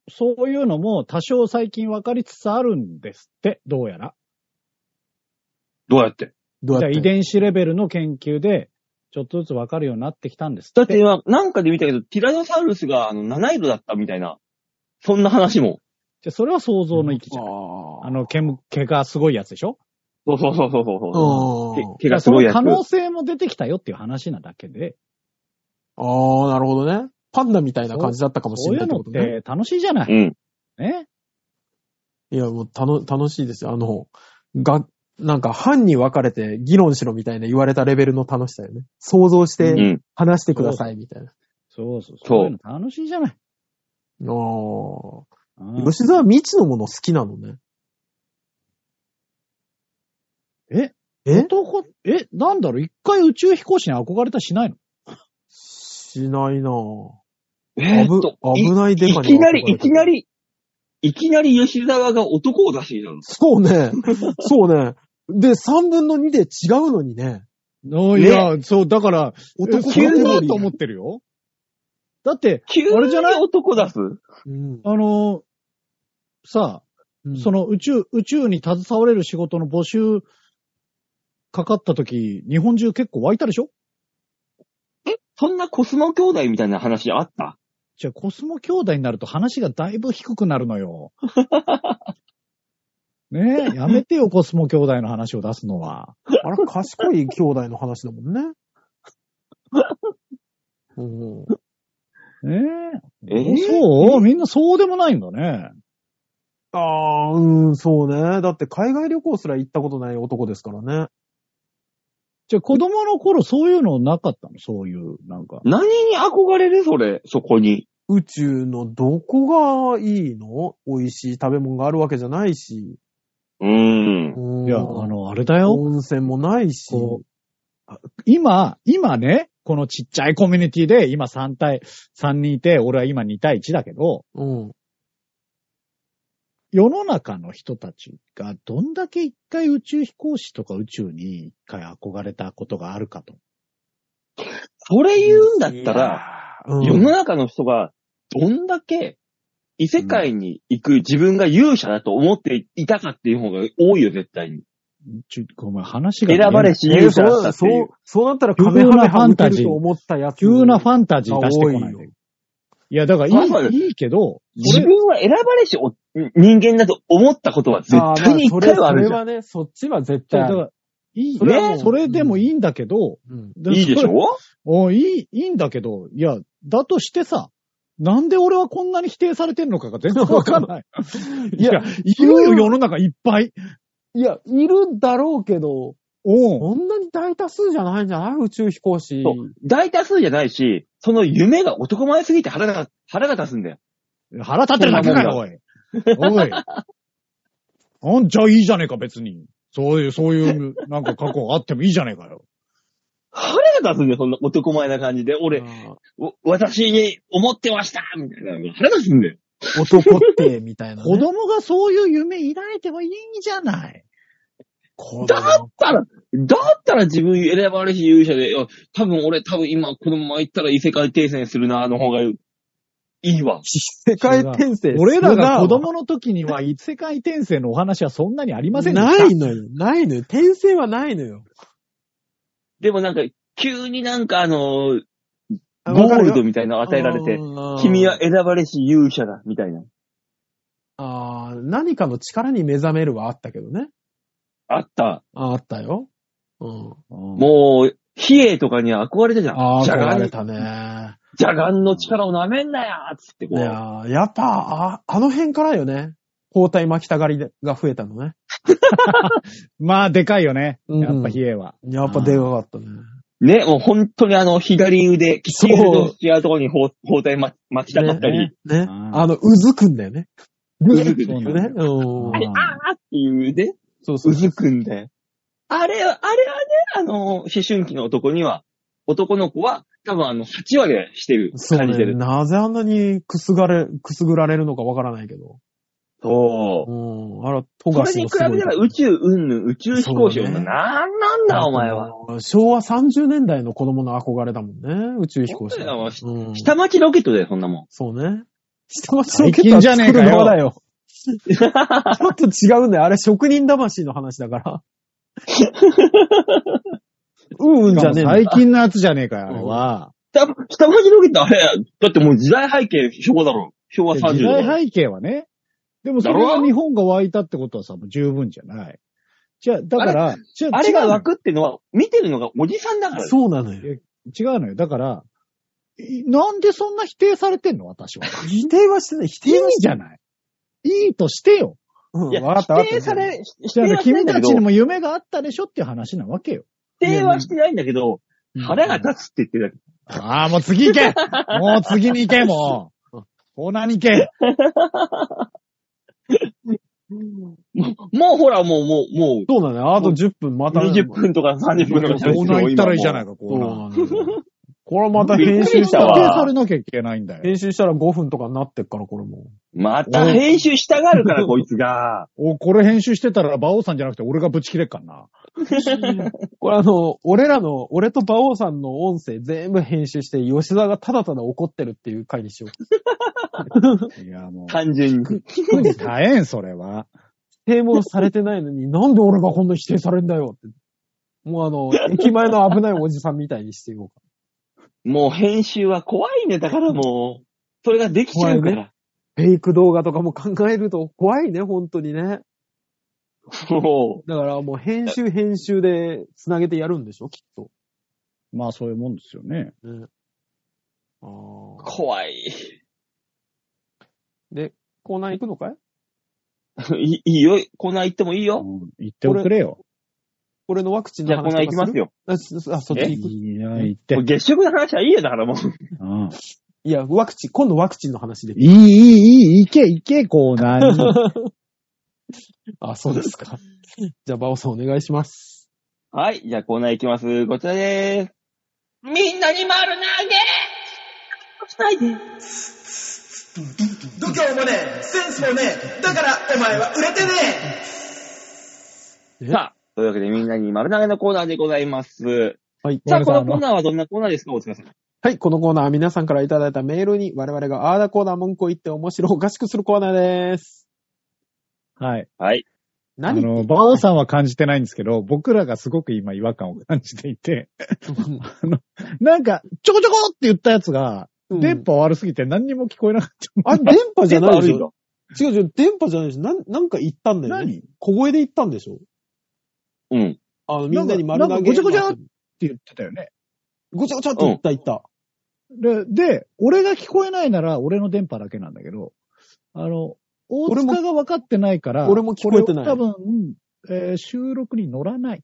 [SPEAKER 4] そういうのも多少最近分かりつつあるんですって、どうやら。
[SPEAKER 2] どうやって
[SPEAKER 3] どう
[SPEAKER 4] じ
[SPEAKER 3] や
[SPEAKER 4] ゃあ
[SPEAKER 3] っ
[SPEAKER 4] 遺
[SPEAKER 3] て
[SPEAKER 4] 伝子レベルの研究で、ちょっとずつ分かるようになってきたんです
[SPEAKER 2] だって今、なんかで見たけど、ティラノサウルスがあの七色だったみたいな。そんな話も。
[SPEAKER 4] じゃあそれは想像の域じゃん。あ
[SPEAKER 3] あ
[SPEAKER 4] の、毛む、毛がすごいやつでしょ
[SPEAKER 2] そうそうそうそうそうそ
[SPEAKER 3] の
[SPEAKER 2] う
[SPEAKER 3] う
[SPEAKER 2] け
[SPEAKER 3] ん。
[SPEAKER 2] 毛がすごいやつ。
[SPEAKER 4] その可能性も出てきたよっていう話なだけで、
[SPEAKER 3] ああ、なるほどね。パンダみたいな感じだったかもし
[SPEAKER 4] そう
[SPEAKER 3] れ
[SPEAKER 4] い
[SPEAKER 3] ないうって
[SPEAKER 4] のっ
[SPEAKER 3] ことね。
[SPEAKER 4] て楽しいじゃない。
[SPEAKER 2] うん。
[SPEAKER 4] ね。
[SPEAKER 3] いや、もう、たの、楽しいですよ。あの、が、なんか、班に分かれて議論しろみたいな言われたレベルの楽しさよね。想像し
[SPEAKER 2] う
[SPEAKER 3] て
[SPEAKER 2] ん。
[SPEAKER 3] 話してくださいみたいな。
[SPEAKER 4] そうそう。
[SPEAKER 2] そう
[SPEAKER 4] そういうの楽しいじゃない。
[SPEAKER 3] あ
[SPEAKER 4] うん
[SPEAKER 3] あ。吉沢未知のもの好きなのね。
[SPEAKER 4] え
[SPEAKER 3] え
[SPEAKER 4] 男、え、なんだろう、一回宇宙飛行士に憧れたりしないの
[SPEAKER 3] しないなぁ。
[SPEAKER 2] えーっ
[SPEAKER 3] 危
[SPEAKER 2] と、
[SPEAKER 3] 危ないデ
[SPEAKER 2] い
[SPEAKER 3] カに
[SPEAKER 2] きなり、
[SPEAKER 3] 憧れ
[SPEAKER 2] い
[SPEAKER 3] て
[SPEAKER 2] きなり、いきなり吉沢が男を出してきたの。
[SPEAKER 3] そうね。そうね。で、3分の2で違うのにね。
[SPEAKER 4] いや、そう、だから、
[SPEAKER 3] 男
[SPEAKER 4] 急
[SPEAKER 3] カテゴ
[SPEAKER 4] だ
[SPEAKER 3] リー
[SPEAKER 4] と思ってるよ。だって、
[SPEAKER 2] 急に
[SPEAKER 4] あれじゃない
[SPEAKER 2] 男出す
[SPEAKER 3] うん
[SPEAKER 4] あのーさ
[SPEAKER 3] う
[SPEAKER 4] あ、
[SPEAKER 3] ん
[SPEAKER 4] その宇宙、宇宙に携われる仕事の募集かかった時、日本中結構湧いたでしょ
[SPEAKER 2] そんなコスモ兄弟みたいな話あった
[SPEAKER 4] じゃあコスモ兄弟になると話がだいぶ低くなるの よ。ねえ、やめてよ、コスモ兄弟の話を出すのは。
[SPEAKER 3] あれ、賢い兄弟の話だもんね。うん
[SPEAKER 4] ねえ。
[SPEAKER 2] えー
[SPEAKER 4] そうみんなそうでもないんだね。
[SPEAKER 3] ああ、うん、そうね。だって海外旅行すら行ったことない男ですからね。
[SPEAKER 4] じゃあ子供の頃そういうのなかったのそういう、なんか。
[SPEAKER 2] 何に憧れるそれ、そこに。
[SPEAKER 3] 宇宙のどこがいいの美味しい食べ物があるわけじゃないし。
[SPEAKER 2] うーん。
[SPEAKER 3] うん
[SPEAKER 4] いや、あの、あれだよ。
[SPEAKER 3] 温泉もないし。
[SPEAKER 4] こうあ今、今ね、このちっちゃいコミュニティで、今3対、3人いて、俺は今2対1だけど、
[SPEAKER 3] うん。
[SPEAKER 4] 世の中の人たちがどんだけ一回宇宙飛行士とか宇宙に一回憧れたことがあるかと。
[SPEAKER 2] それ言うんだったら、
[SPEAKER 3] うん
[SPEAKER 2] 世の中の人がどんだけ異世界に行く自分が勇者だと思っていたかっていう方が多いよ、絶対に。
[SPEAKER 4] ちょ、ごめん、話が。
[SPEAKER 2] 選ばれし勇者だったって
[SPEAKER 3] そ
[SPEAKER 2] いうう。、
[SPEAKER 3] そうなったらカメハメハムけると思ったやつ。
[SPEAKER 4] 急なフ
[SPEAKER 3] ン
[SPEAKER 4] ァンタジー出してこない
[SPEAKER 3] 多い
[SPEAKER 4] で
[SPEAKER 3] よ。
[SPEAKER 4] いや、だか
[SPEAKER 2] まあまあ
[SPEAKER 4] らいい、いいけど、
[SPEAKER 2] 自分は選ばれしお人間だと思ったことは絶対に一回はあるじゃん。
[SPEAKER 3] それはね、そっちは絶
[SPEAKER 4] 俺
[SPEAKER 3] 対
[SPEAKER 4] だ
[SPEAKER 3] あ
[SPEAKER 4] か
[SPEAKER 3] る。
[SPEAKER 4] らいい
[SPEAKER 3] それはも
[SPEAKER 4] ね。
[SPEAKER 3] う
[SPEAKER 4] それでもいいんだけど、
[SPEAKER 3] うん
[SPEAKER 2] いいでし
[SPEAKER 4] それ
[SPEAKER 2] ょ
[SPEAKER 4] おいい、いいんだけど、いや、だとしてさ、なんで俺はこんなに否定されてんのかが全然わかん ない。い
[SPEAKER 3] いや
[SPEAKER 4] や、いるよ、世の中いっぱい。
[SPEAKER 3] いや、いるだろうけど、
[SPEAKER 4] おう
[SPEAKER 3] こんなに大多数じゃないんじゃない宇宙飛行士。
[SPEAKER 2] そう大多数じゃないし、その夢が男前すぎて腹が、腹が立つんだよ。
[SPEAKER 4] 腹立ってるだけかよ、
[SPEAKER 2] そ
[SPEAKER 4] おい。お い。あんじゃいいじゃねえか、別に。そういう、そういう、なんか過去があってもいいじゃねえかよ。
[SPEAKER 2] 腹が立つんだよ、そんな男前な感じで。俺、
[SPEAKER 3] うん
[SPEAKER 2] わ私に思ってましたみたいな。腹が立つんだよ。
[SPEAKER 3] 男って、みたいなね、
[SPEAKER 4] 子供がそういう夢抱いてもいいじゃない。
[SPEAKER 3] 子供
[SPEAKER 2] だったら、だったら自分選ばれし勇者で、いや多分俺多分今このまま行ったら異世界転生するな、の方がいいわ。
[SPEAKER 3] 世界転生。
[SPEAKER 4] 俺らが子供の時には異世界転生のお話はそんなにありませんでした。
[SPEAKER 3] ないのよ。ないのよ。転生はないのよ。
[SPEAKER 2] でもなんか、急になんかあの、
[SPEAKER 3] あ
[SPEAKER 2] ゴール
[SPEAKER 3] わか
[SPEAKER 2] ド
[SPEAKER 3] るよ
[SPEAKER 2] みたいなの与えられて、
[SPEAKER 3] あー
[SPEAKER 2] 君は選ばれし勇者だ、みたいな。
[SPEAKER 3] あー何かの力に目覚めるはあったけどね。
[SPEAKER 2] あった。
[SPEAKER 3] ああったよ。うん。
[SPEAKER 4] も
[SPEAKER 2] もう、比叡とかには憧れてじゃ
[SPEAKER 3] あ
[SPEAKER 2] ん。
[SPEAKER 3] あ、
[SPEAKER 2] じゃが
[SPEAKER 3] 壊れ
[SPEAKER 2] ん、
[SPEAKER 3] たね。
[SPEAKER 2] じゃがんの力を舐めんなよつって
[SPEAKER 3] い
[SPEAKER 2] こう。
[SPEAKER 3] やーやっぱ、あ、あの辺からよね。包帯巻きたがりが増えたのね。
[SPEAKER 4] うまあ、でかいよね。やっぱ、比叡は。
[SPEAKER 3] やっぱでかかったね。
[SPEAKER 2] ね、もう本当にあの、左腕、利き腕と違うところに包包帯ま巻きたかったり、
[SPEAKER 4] ね
[SPEAKER 3] ね。
[SPEAKER 4] うん
[SPEAKER 3] あの、うずくんだよね。
[SPEAKER 2] うずくんだ
[SPEAKER 4] そう
[SPEAKER 2] よ
[SPEAKER 4] な
[SPEAKER 3] ね。
[SPEAKER 4] ん
[SPEAKER 3] う
[SPEAKER 4] だ
[SPEAKER 3] ん
[SPEAKER 4] よ。。
[SPEAKER 2] あれ
[SPEAKER 4] うん
[SPEAKER 2] あーっていうね。
[SPEAKER 3] そうそう
[SPEAKER 2] う。ずくんだよ。あれ、あれはね、あの、思春期の男には、男の子は、多分あの、8割はしてる。
[SPEAKER 3] そう
[SPEAKER 2] 感じて
[SPEAKER 3] ね。
[SPEAKER 2] る。
[SPEAKER 3] なぜあんなにくすがれ、くすぐられるのかわからないけど。
[SPEAKER 2] そう。
[SPEAKER 3] うん。あら、富
[SPEAKER 2] それ
[SPEAKER 3] 樫
[SPEAKER 2] に
[SPEAKER 3] の
[SPEAKER 2] 比
[SPEAKER 3] すごい。
[SPEAKER 2] べれば宇宙、うんぬん、宇宙飛行士、
[SPEAKER 3] そう
[SPEAKER 2] うん
[SPEAKER 3] ね
[SPEAKER 2] ぬんなんなんだお前は。
[SPEAKER 3] あの。昭和30年代の子供の憧れだもんね。宇宙飛行士。
[SPEAKER 2] そうだよ
[SPEAKER 3] うん、
[SPEAKER 2] 下町ロケットだよ、そんなも
[SPEAKER 3] そうね。下町ロケット
[SPEAKER 4] 最近
[SPEAKER 3] は
[SPEAKER 4] じゃねえ
[SPEAKER 3] 作
[SPEAKER 4] かよ
[SPEAKER 3] る側 だよ。ちょっと違うんだよ。あれ職人魂の話だから。うんうんじゃねえんだ
[SPEAKER 4] 最近のやつじゃねえかよ、あれは。
[SPEAKER 2] ん。下下町ロケットあれ、だってもう時代背景昭和だろ。昭和
[SPEAKER 4] 時
[SPEAKER 2] 30年。
[SPEAKER 4] 代背景はね。でもそれ
[SPEAKER 2] だ
[SPEAKER 4] は
[SPEAKER 2] ろ
[SPEAKER 4] 日本が湧いたってことはさ、もう十分じゃない。じゃあ、だから、じゃ
[SPEAKER 2] あれが
[SPEAKER 4] 違うの
[SPEAKER 2] 湧くってのは、見てるのがおじさんだから。
[SPEAKER 3] そうなのよ。
[SPEAKER 4] 違うのよ。だから、いなんでそんな否定されてんの私は。
[SPEAKER 3] 否定はしてない。否
[SPEAKER 4] いい
[SPEAKER 3] 定はし
[SPEAKER 4] じゃない。いいとしてよ。
[SPEAKER 3] うん
[SPEAKER 2] いや、
[SPEAKER 3] わかったわか
[SPEAKER 2] 否
[SPEAKER 3] っ
[SPEAKER 2] 定
[SPEAKER 3] た。
[SPEAKER 2] され、否
[SPEAKER 4] じゃ
[SPEAKER 2] 定
[SPEAKER 4] あ、
[SPEAKER 2] はしてない
[SPEAKER 4] 君
[SPEAKER 2] んだ
[SPEAKER 4] た
[SPEAKER 2] け
[SPEAKER 4] ちに
[SPEAKER 2] ど、
[SPEAKER 4] も夢があったでしょっていう話なわけよ。
[SPEAKER 2] 否定はしてないんだけど、腹が立つって言ってるだけ
[SPEAKER 4] ああ、もう次行けもう次に行け、もう。コーナーに行け。
[SPEAKER 2] もう、もうほら、もう、もう、も
[SPEAKER 3] そうなのよ。あと10分ま
[SPEAKER 2] う、
[SPEAKER 3] た。
[SPEAKER 2] 20分とか30分とか喋って
[SPEAKER 4] コーナー行ったらいいじゃないか、コ
[SPEAKER 3] そ
[SPEAKER 4] ー
[SPEAKER 3] うな
[SPEAKER 4] ナー。
[SPEAKER 3] のよ。これまた編集し
[SPEAKER 4] 否定
[SPEAKER 3] た
[SPEAKER 2] びっくり
[SPEAKER 3] ら、
[SPEAKER 2] わ
[SPEAKER 4] されなきゃいけないんだよ。
[SPEAKER 3] 編集したら5分とかになってっから、これも。
[SPEAKER 2] また編集したがるから、こいつが。
[SPEAKER 4] お、これ編集してたら、馬王さんじゃなくて俺がブチ切れっかな。
[SPEAKER 3] これあの、俺らの、俺と馬王さんの音声全部編集して、吉沢がただただ怒ってるっていう回にしよう。
[SPEAKER 4] いや、もう。
[SPEAKER 2] 単純に。
[SPEAKER 4] 大変、それは。
[SPEAKER 3] 否定もされてないのに、なんで俺がこんな否定されんだよって。も うあの、駅前の危ないおじさんみたいにしていこうか。
[SPEAKER 2] もう編集は怖いね、だからもう。それができちゃうか
[SPEAKER 3] 怖い
[SPEAKER 2] ら。
[SPEAKER 3] フェイク動画とかも考えると怖いね、本当にね。
[SPEAKER 2] も
[SPEAKER 3] だからもう編集編集で繋げてやるんでしょ、きっと。
[SPEAKER 4] まあ、そういうもんですよね。
[SPEAKER 3] ね、あ
[SPEAKER 2] う、
[SPEAKER 3] ー
[SPEAKER 2] 怖い。
[SPEAKER 3] で、コーナー行くのかい
[SPEAKER 2] いいいよ、コーナー行ってもいいよ。
[SPEAKER 4] うん言っておくれよ。
[SPEAKER 3] これのワクチン
[SPEAKER 2] じ
[SPEAKER 3] の
[SPEAKER 2] ゃあ、こ
[SPEAKER 3] 話
[SPEAKER 2] の
[SPEAKER 3] とか
[SPEAKER 2] 行きますす
[SPEAKER 3] る
[SPEAKER 2] よ。
[SPEAKER 3] あ、そあそっち
[SPEAKER 2] え
[SPEAKER 3] 行く。
[SPEAKER 4] いや、言って
[SPEAKER 2] もう。月食の話はいいよ、だからもう。
[SPEAKER 4] うん
[SPEAKER 3] いや、ワクチン、今度ワクチンの話で。
[SPEAKER 4] いい、いい、いい、いけ、いけ、コーナーに。
[SPEAKER 3] あ、そうですか。 じゃあ、バオさんお願いします。
[SPEAKER 2] はい、じゃあコーナー行きます。こちらでーす。みんなに丸投げしないで。
[SPEAKER 1] 度胸もねえ、センスもねえ、だからお前は売れてねえ
[SPEAKER 2] さあ、というわけでみんなに丸投げのコーナーでございます。
[SPEAKER 3] はい。
[SPEAKER 2] さあ、このコーナーはどんなコーナーですかお疲れ様。
[SPEAKER 3] はい、このコーナーは皆さんからいただいたメールに我々があーだこーだ文句を言って面白おかしくするコーナーです。
[SPEAKER 4] はい。
[SPEAKER 2] はい。
[SPEAKER 4] あ
[SPEAKER 3] 何
[SPEAKER 4] の、バオさんは感じてないんですけど、僕らがすごく今違和感を感じていて、なんか、ちょこちょこって言ったやつが、
[SPEAKER 3] うん
[SPEAKER 4] 電波悪すぎて何にも聞こえなかった。
[SPEAKER 3] あ、電波じゃないでし
[SPEAKER 2] 電波
[SPEAKER 3] ょ違う違う、電波じゃないでしょなん、なんか言ったんだよね。
[SPEAKER 4] っ
[SPEAKER 3] 小声で言ったんでしょ
[SPEAKER 2] うん。
[SPEAKER 3] あの、みんなに丸投げ。
[SPEAKER 4] なんかごちゃごちゃて言ってたよね。
[SPEAKER 3] ごちゃごちゃって言った言った。
[SPEAKER 4] で、で俺が聞こえないなら俺の電波だけなんだけど、あの、大
[SPEAKER 3] 俺も
[SPEAKER 4] 塚が分かってないから、
[SPEAKER 3] 俺も聞こえてない
[SPEAKER 4] これ多分、えー収録に乗らない。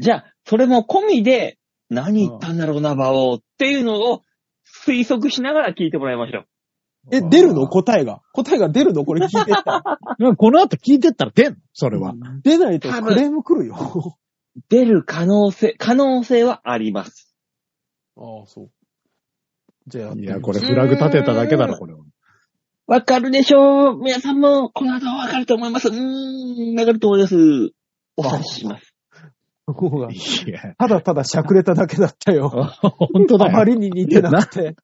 [SPEAKER 2] じゃあ、それも込みで、何言ったんだろうな、馬王っていうのを推測しながら聞いてもらいましょう。
[SPEAKER 3] え、出るの答えが。答えが出るのこれ聞いてった。
[SPEAKER 4] うんこの後聞いてったら出んのそれは。
[SPEAKER 3] 出ないと
[SPEAKER 2] 多
[SPEAKER 3] ク
[SPEAKER 2] 分
[SPEAKER 3] レーム来るよ。あ
[SPEAKER 2] 出る可能性、可能性はあります。
[SPEAKER 3] あ、そう。じゃあやって
[SPEAKER 4] い
[SPEAKER 3] み
[SPEAKER 4] や、
[SPEAKER 3] る
[SPEAKER 4] これフラグ立てただけだろ、これは。
[SPEAKER 2] わかるでしょう皆さんも、この後はわかると思います。うーん、わかると思います。お察しします。
[SPEAKER 3] 方が
[SPEAKER 4] いや、
[SPEAKER 3] ただただしゃくれただけだったよ。
[SPEAKER 4] 本当
[SPEAKER 3] あ
[SPEAKER 4] だ
[SPEAKER 3] ま
[SPEAKER 4] よ。
[SPEAKER 3] りに似てなくて。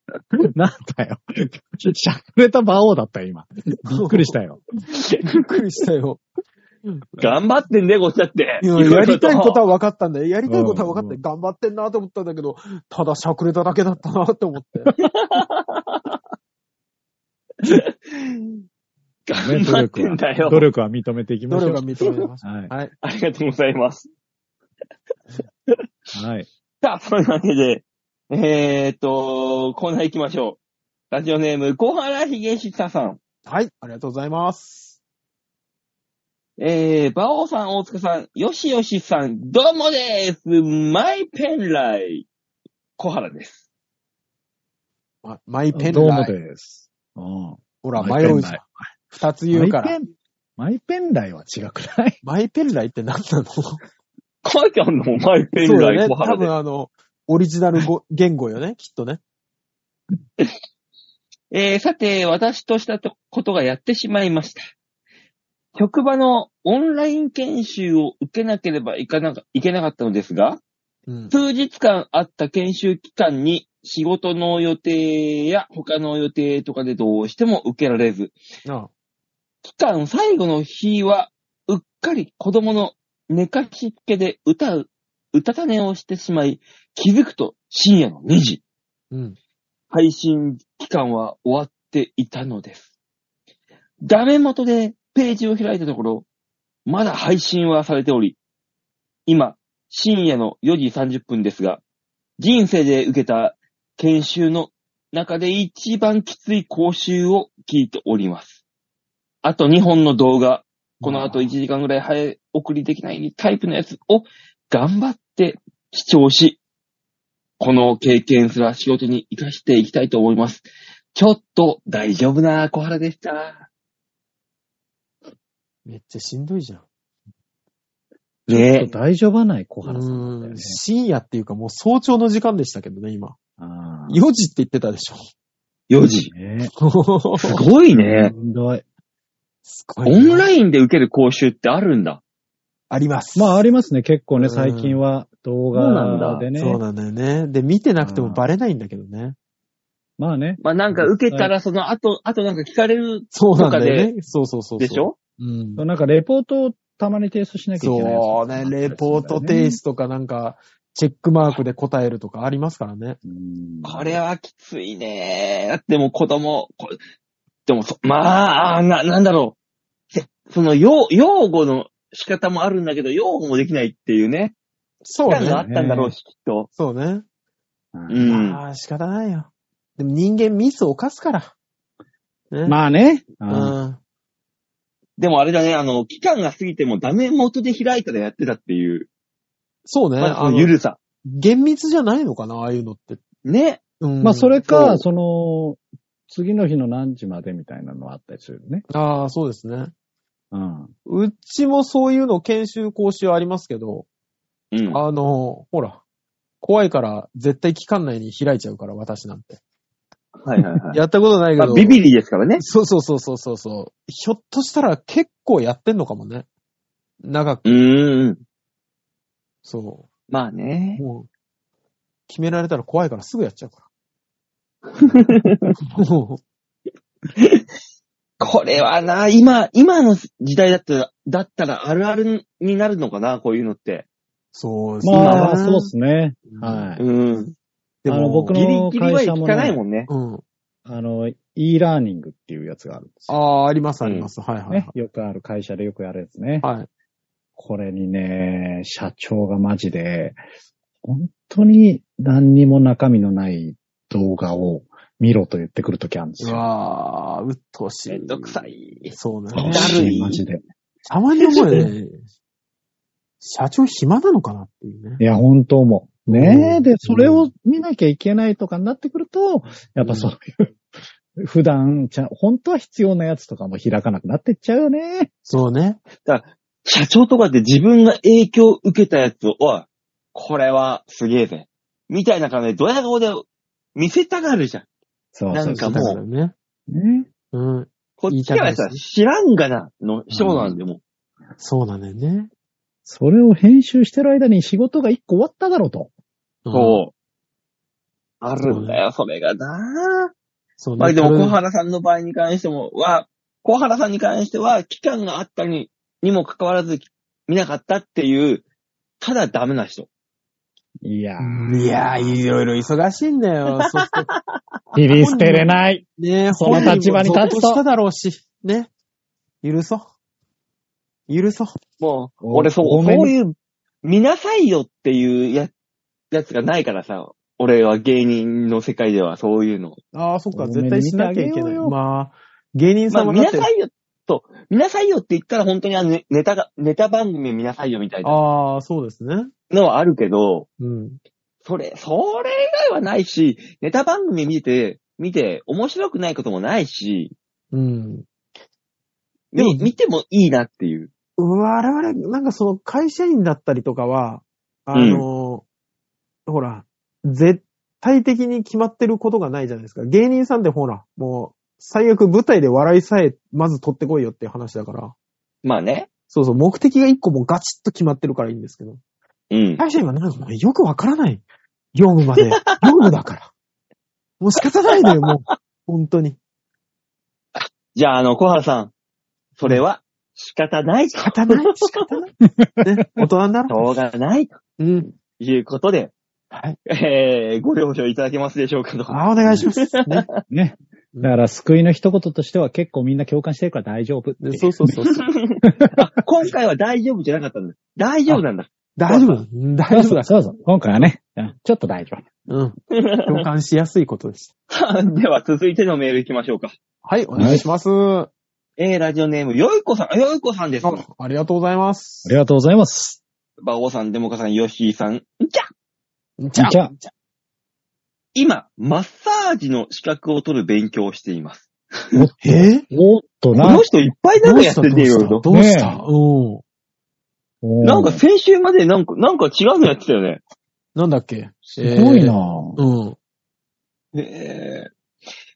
[SPEAKER 4] なんだよ。しゃくれた馬王だったよ、今。びっくりしたよ。
[SPEAKER 3] びっくりしたよ。
[SPEAKER 2] 頑張ってんね、こっちだって。
[SPEAKER 3] いややりたいことは分かったんだよ。やりたいことは分かった
[SPEAKER 4] うんう
[SPEAKER 3] よ。頑張ってんなと思ったんだけど、ただしゃくれただけだったなって思って。
[SPEAKER 2] 頑張ってんだよ
[SPEAKER 4] 努。力は認めていきま
[SPEAKER 3] ど
[SPEAKER 4] しょ
[SPEAKER 3] れ
[SPEAKER 4] う
[SPEAKER 3] が。認められました。
[SPEAKER 4] はい。
[SPEAKER 3] はい。
[SPEAKER 2] ありがとうございます。
[SPEAKER 4] はい。
[SPEAKER 2] さあ、そんなわけで、えーっと、コーナー行きましょう。ラジオネーム、小原秀久さん。
[SPEAKER 3] はい。ありがとうございます。
[SPEAKER 2] えー、馬王さん、大塚さん、よしよしさん、どうもです。マイペンライ。小原です。
[SPEAKER 3] まマイペン
[SPEAKER 4] どう
[SPEAKER 3] ラ
[SPEAKER 4] も
[SPEAKER 3] イ。
[SPEAKER 4] です。うん
[SPEAKER 3] ほら、迷うじゃん。。二つ言うか
[SPEAKER 4] マイ
[SPEAKER 3] ら
[SPEAKER 4] ペ。ンマイペンライは違くない
[SPEAKER 3] マイペンライって何なのそう
[SPEAKER 2] 書いてあんのマイペン
[SPEAKER 3] だ
[SPEAKER 2] ラ
[SPEAKER 3] ね。
[SPEAKER 2] イ、小
[SPEAKER 3] 多
[SPEAKER 2] 原で
[SPEAKER 3] 分あの、オリジナル語言語よね、きっとね。
[SPEAKER 2] えーさて、私としたとことがやってしまいました。職場のオンライン研修を受けなければいかなかいけなかったのですが、
[SPEAKER 3] うん。
[SPEAKER 2] 数日間あった研修期間に仕事の予定や他の予定とかでどうしても受けられず、
[SPEAKER 3] あ
[SPEAKER 2] 期間最後の日は、うっかり子供の寝かしつけで歌う、歌た寝をしてしまい、気づくと深夜の2時。
[SPEAKER 3] うん。
[SPEAKER 2] 配信期間は終わっていたのです。ダメ元でページを開いたところ、まだ配信はされており、今、深夜の4時30分ですが、人生で受けた研修の中で一番きつい講習を聞いております。あと2本の動画、この後1時間ぐらい早送りできないタイプのやつを頑張って視聴し、この経験すら仕事に活かしていきたいと思います。ちょっと大丈夫な小原でした。
[SPEAKER 3] めっちゃしんどいじゃん。
[SPEAKER 4] ちょっ
[SPEAKER 2] ね
[SPEAKER 4] と大丈夫はない小
[SPEAKER 3] う
[SPEAKER 4] 原さんだったよ
[SPEAKER 3] ー
[SPEAKER 4] ね
[SPEAKER 3] ん。深夜っていうかもう早朝の時間でしたけどね、今。
[SPEAKER 4] あ
[SPEAKER 3] 4時って言ってたでしょ。
[SPEAKER 2] え、4時。
[SPEAKER 4] ー。ね
[SPEAKER 2] すごいね。
[SPEAKER 4] しんどい。
[SPEAKER 3] すご
[SPEAKER 2] オ
[SPEAKER 3] いね
[SPEAKER 2] ンラインで受ける講習ってあるんだ。
[SPEAKER 3] あります。
[SPEAKER 4] まあありますね、結構
[SPEAKER 3] う
[SPEAKER 4] ね、
[SPEAKER 3] ん
[SPEAKER 4] 最近は
[SPEAKER 2] そ
[SPEAKER 4] 動
[SPEAKER 2] うなん
[SPEAKER 4] 画
[SPEAKER 2] だ
[SPEAKER 4] でね。
[SPEAKER 3] そうなんだよね。で、見てなくてもバレないんだけどね。
[SPEAKER 4] まあね。
[SPEAKER 2] まあなんか受けたらその後、後なんか聞かれる
[SPEAKER 3] そうなんだ
[SPEAKER 2] と
[SPEAKER 3] よ
[SPEAKER 2] か
[SPEAKER 3] ね。そうそうそうそう。
[SPEAKER 2] でしょ
[SPEAKER 3] うん。
[SPEAKER 4] なんかレポートをたまに提出しなきゃいけないやつ
[SPEAKER 3] そう
[SPEAKER 4] とか
[SPEAKER 3] ね
[SPEAKER 4] あっ。たりするんだよね。
[SPEAKER 3] レポート提出とかなんか、チェックマークで答えるとかありますからね。
[SPEAKER 4] うん。
[SPEAKER 2] これはきついね。だってもう子供、こでもそ、まあ、あーな、なんだろう。せその、用、用語の仕方もあるんだけど、用語もできないっていうね。
[SPEAKER 3] そう
[SPEAKER 2] 期間があ
[SPEAKER 3] ね。
[SPEAKER 2] ったんだろうし、きっと。
[SPEAKER 3] そうね。
[SPEAKER 2] うん。
[SPEAKER 3] ああ、仕方ないよ。でも人間ミスを犯すから。ね。
[SPEAKER 4] まあね。
[SPEAKER 3] うん。
[SPEAKER 2] でもあれだね、あの、期間が過ぎてもダメ元で開いたらやってたっていう、
[SPEAKER 3] そうね。
[SPEAKER 2] まあ、
[SPEAKER 3] あ
[SPEAKER 2] その
[SPEAKER 3] の
[SPEAKER 2] ゆるさ。
[SPEAKER 3] 厳密じゃないのかな、ああいうのって。
[SPEAKER 2] ね。
[SPEAKER 3] うん
[SPEAKER 4] まあ、それか、
[SPEAKER 2] うん
[SPEAKER 4] その、次の日の何時までみたいなのはあったりするよね。
[SPEAKER 3] ああ、そうですね。
[SPEAKER 4] うん。
[SPEAKER 3] うちもそういうの研修講習ありますけど、
[SPEAKER 2] うん。
[SPEAKER 3] あの、ほら、怖いから絶対期間内に開いちゃうから、私なんて。
[SPEAKER 2] はいはいはい。
[SPEAKER 3] やったことないけ
[SPEAKER 2] ま
[SPEAKER 3] ど。
[SPEAKER 2] あ、ビビリですからね。
[SPEAKER 3] そうそうそうそうそうそう。ひょっとしたら結構やってんのかもね。長く、
[SPEAKER 2] うーん。
[SPEAKER 3] そ
[SPEAKER 2] まあ
[SPEAKER 3] う。
[SPEAKER 2] ね。
[SPEAKER 3] もう、決められたら怖いからすぐやっちゃうから。 も
[SPEAKER 2] これはな、今、今の時代だったら、だったらあるあるになるのかな、こういうのって。
[SPEAKER 3] そうですね。
[SPEAKER 4] まあ、そうですね。はい。
[SPEAKER 2] うん。
[SPEAKER 3] でも
[SPEAKER 4] あの僕
[SPEAKER 2] ギ
[SPEAKER 4] の
[SPEAKER 2] リギリは
[SPEAKER 4] 会社も
[SPEAKER 2] 聞
[SPEAKER 4] ね
[SPEAKER 2] かないもんね。
[SPEAKER 3] うん。
[SPEAKER 4] あの、e ラーニングっていうやつがあるんですよ。
[SPEAKER 3] ああー、あります、あります。はいはい
[SPEAKER 4] ね。よくある会社でよくやるやつね。
[SPEAKER 3] はい。はい。
[SPEAKER 4] これにね、社長がマジで、本当に何にも中身のない動画を見ろと言ってくるときあるんです
[SPEAKER 3] う
[SPEAKER 4] よ。
[SPEAKER 3] わー、うっとうしい。
[SPEAKER 2] めんどくさい。
[SPEAKER 3] そうね。
[SPEAKER 2] だるい
[SPEAKER 4] マジで。
[SPEAKER 3] たまに思うよね。社長暇なのかなっていうね。
[SPEAKER 4] いや、本当もう。ね
[SPEAKER 3] う
[SPEAKER 4] え、
[SPEAKER 3] ん
[SPEAKER 4] で、それを見なきゃいけないとかになってくると、やっぱそういう、 普段ちゃん、本当は必要なやつとかも開かなくなってっちゃうよね。
[SPEAKER 3] そうね。
[SPEAKER 2] 社長とかって自分が影響を受けたやつを、おい、これはすげえぜ。みたいな感じで、ドヤ顔で見せたがるじゃん。
[SPEAKER 4] そう
[SPEAKER 2] な
[SPEAKER 4] そ
[SPEAKER 2] ん
[SPEAKER 4] う
[SPEAKER 2] か
[SPEAKER 4] そう。
[SPEAKER 2] もう
[SPEAKER 3] だからね。
[SPEAKER 4] ね、
[SPEAKER 3] うん。
[SPEAKER 2] こっちからさ、知らんがな、の一言なんでもう。
[SPEAKER 3] そうなんだよね。
[SPEAKER 4] それを編集してる間に仕事が一個終わっただろうと。
[SPEAKER 3] うん
[SPEAKER 2] そう。あるんだよ、それがな
[SPEAKER 3] そうね。
[SPEAKER 2] まあでも、
[SPEAKER 3] これ
[SPEAKER 2] 小原さんの場合に関しても、は、小原さんに関しては、期間があったに、にもかかわらず、見なかったっていう、ただダメな人。
[SPEAKER 4] いや
[SPEAKER 3] いやー、いろいろ忙しいんだよ。そして
[SPEAKER 4] リリースてれない。
[SPEAKER 3] ねえ、
[SPEAKER 4] その立場に立つと
[SPEAKER 3] 本人もゾッしただろうし、ね。許そう。許そう。
[SPEAKER 2] もう、
[SPEAKER 4] お
[SPEAKER 2] 俺そう、
[SPEAKER 4] ごめん
[SPEAKER 2] そういう、見なさいよっていうや、やつがないからさ、俺は芸人の世界ではそういうの。
[SPEAKER 3] ああ、そっか、
[SPEAKER 4] 多めに
[SPEAKER 3] 絶対しなきゃいけ
[SPEAKER 4] 見てあ
[SPEAKER 3] な
[SPEAKER 4] げ
[SPEAKER 3] い。
[SPEAKER 4] ようよ
[SPEAKER 3] まあ、芸人
[SPEAKER 2] ま
[SPEAKER 3] さ
[SPEAKER 2] あ
[SPEAKER 3] んは
[SPEAKER 2] 見
[SPEAKER 3] だ
[SPEAKER 2] な
[SPEAKER 3] って、
[SPEAKER 2] さいよ、と、見なさいよって言ったら本当にあのネネタが、ネタ番組見なさいよみたいな
[SPEAKER 3] ああ、そうですね。
[SPEAKER 2] のはあるけど、
[SPEAKER 3] うん。
[SPEAKER 2] それ、それ以外はないし、ネタ番組見て、見て、面白くないこともないし、
[SPEAKER 3] うん。
[SPEAKER 2] でも
[SPEAKER 3] うん
[SPEAKER 2] 見てもいいなっていう。
[SPEAKER 3] 我々、なんかその会社員だったりとかは、あのーほら、絶対的に決まってることがないじゃないですか。芸人さんってほら、もう、最悪舞台で笑いさえ、まず取ってこいよっていう話だから。
[SPEAKER 2] まあね。
[SPEAKER 3] そうそう、目的が一個もうガチッと決まってるからいいんですけど。
[SPEAKER 2] うん。
[SPEAKER 3] 会社員はなんかもうよくわからない。業務ま で。業務だから。もう仕方ないのよ、もう。本当に。
[SPEAKER 2] じゃあ、あの、小原さん。それは、仕方ないと。
[SPEAKER 3] 仕方ない、仕方ない。ね、大人にな
[SPEAKER 2] し
[SPEAKER 3] ろ
[SPEAKER 2] ょうがないと
[SPEAKER 3] う。うん。
[SPEAKER 2] いうことで、
[SPEAKER 3] はい。
[SPEAKER 2] えー、ご了承いただけますでしょうかと。
[SPEAKER 3] あ、お願いします。ね。
[SPEAKER 4] ね。だから救いの一言としては結構みんな共感してるから大丈夫っていう。
[SPEAKER 3] でそうそうそうそう。
[SPEAKER 2] あ今回は大丈夫じゃなかったんだ。大丈夫なんだ。
[SPEAKER 3] 大丈夫だ。うん
[SPEAKER 4] そ
[SPEAKER 3] 大
[SPEAKER 4] う
[SPEAKER 3] 丈夫
[SPEAKER 4] そ
[SPEAKER 3] だ
[SPEAKER 4] う。そうそう。今回はね、うんちょっと大丈夫。
[SPEAKER 3] うん。共感しやすいことです。
[SPEAKER 2] では、続いてのメール行きましょうか。
[SPEAKER 3] はい、お願いします。あ
[SPEAKER 2] えー、ラジオネーム、よいこさん。あよいこさんです。
[SPEAKER 3] ありがとうございます
[SPEAKER 4] あり。がとうございます。
[SPEAKER 2] バオさん、デモカさん、ヨッシーさん。じゃ
[SPEAKER 3] じゃあ
[SPEAKER 4] じゃあ
[SPEAKER 2] 今、マッサージの資格を取る勉強をしています。
[SPEAKER 3] え
[SPEAKER 4] おっと
[SPEAKER 2] こ
[SPEAKER 4] な
[SPEAKER 2] の。人いっぱいなんかやってんねいろいろと。
[SPEAKER 3] どうし
[SPEAKER 4] ね
[SPEAKER 3] たうん。
[SPEAKER 4] おー
[SPEAKER 2] なんか先週までなんか、なんか違うのやってたよね。
[SPEAKER 3] なんだっけ
[SPEAKER 4] すごいな。
[SPEAKER 3] えーうん。
[SPEAKER 2] えー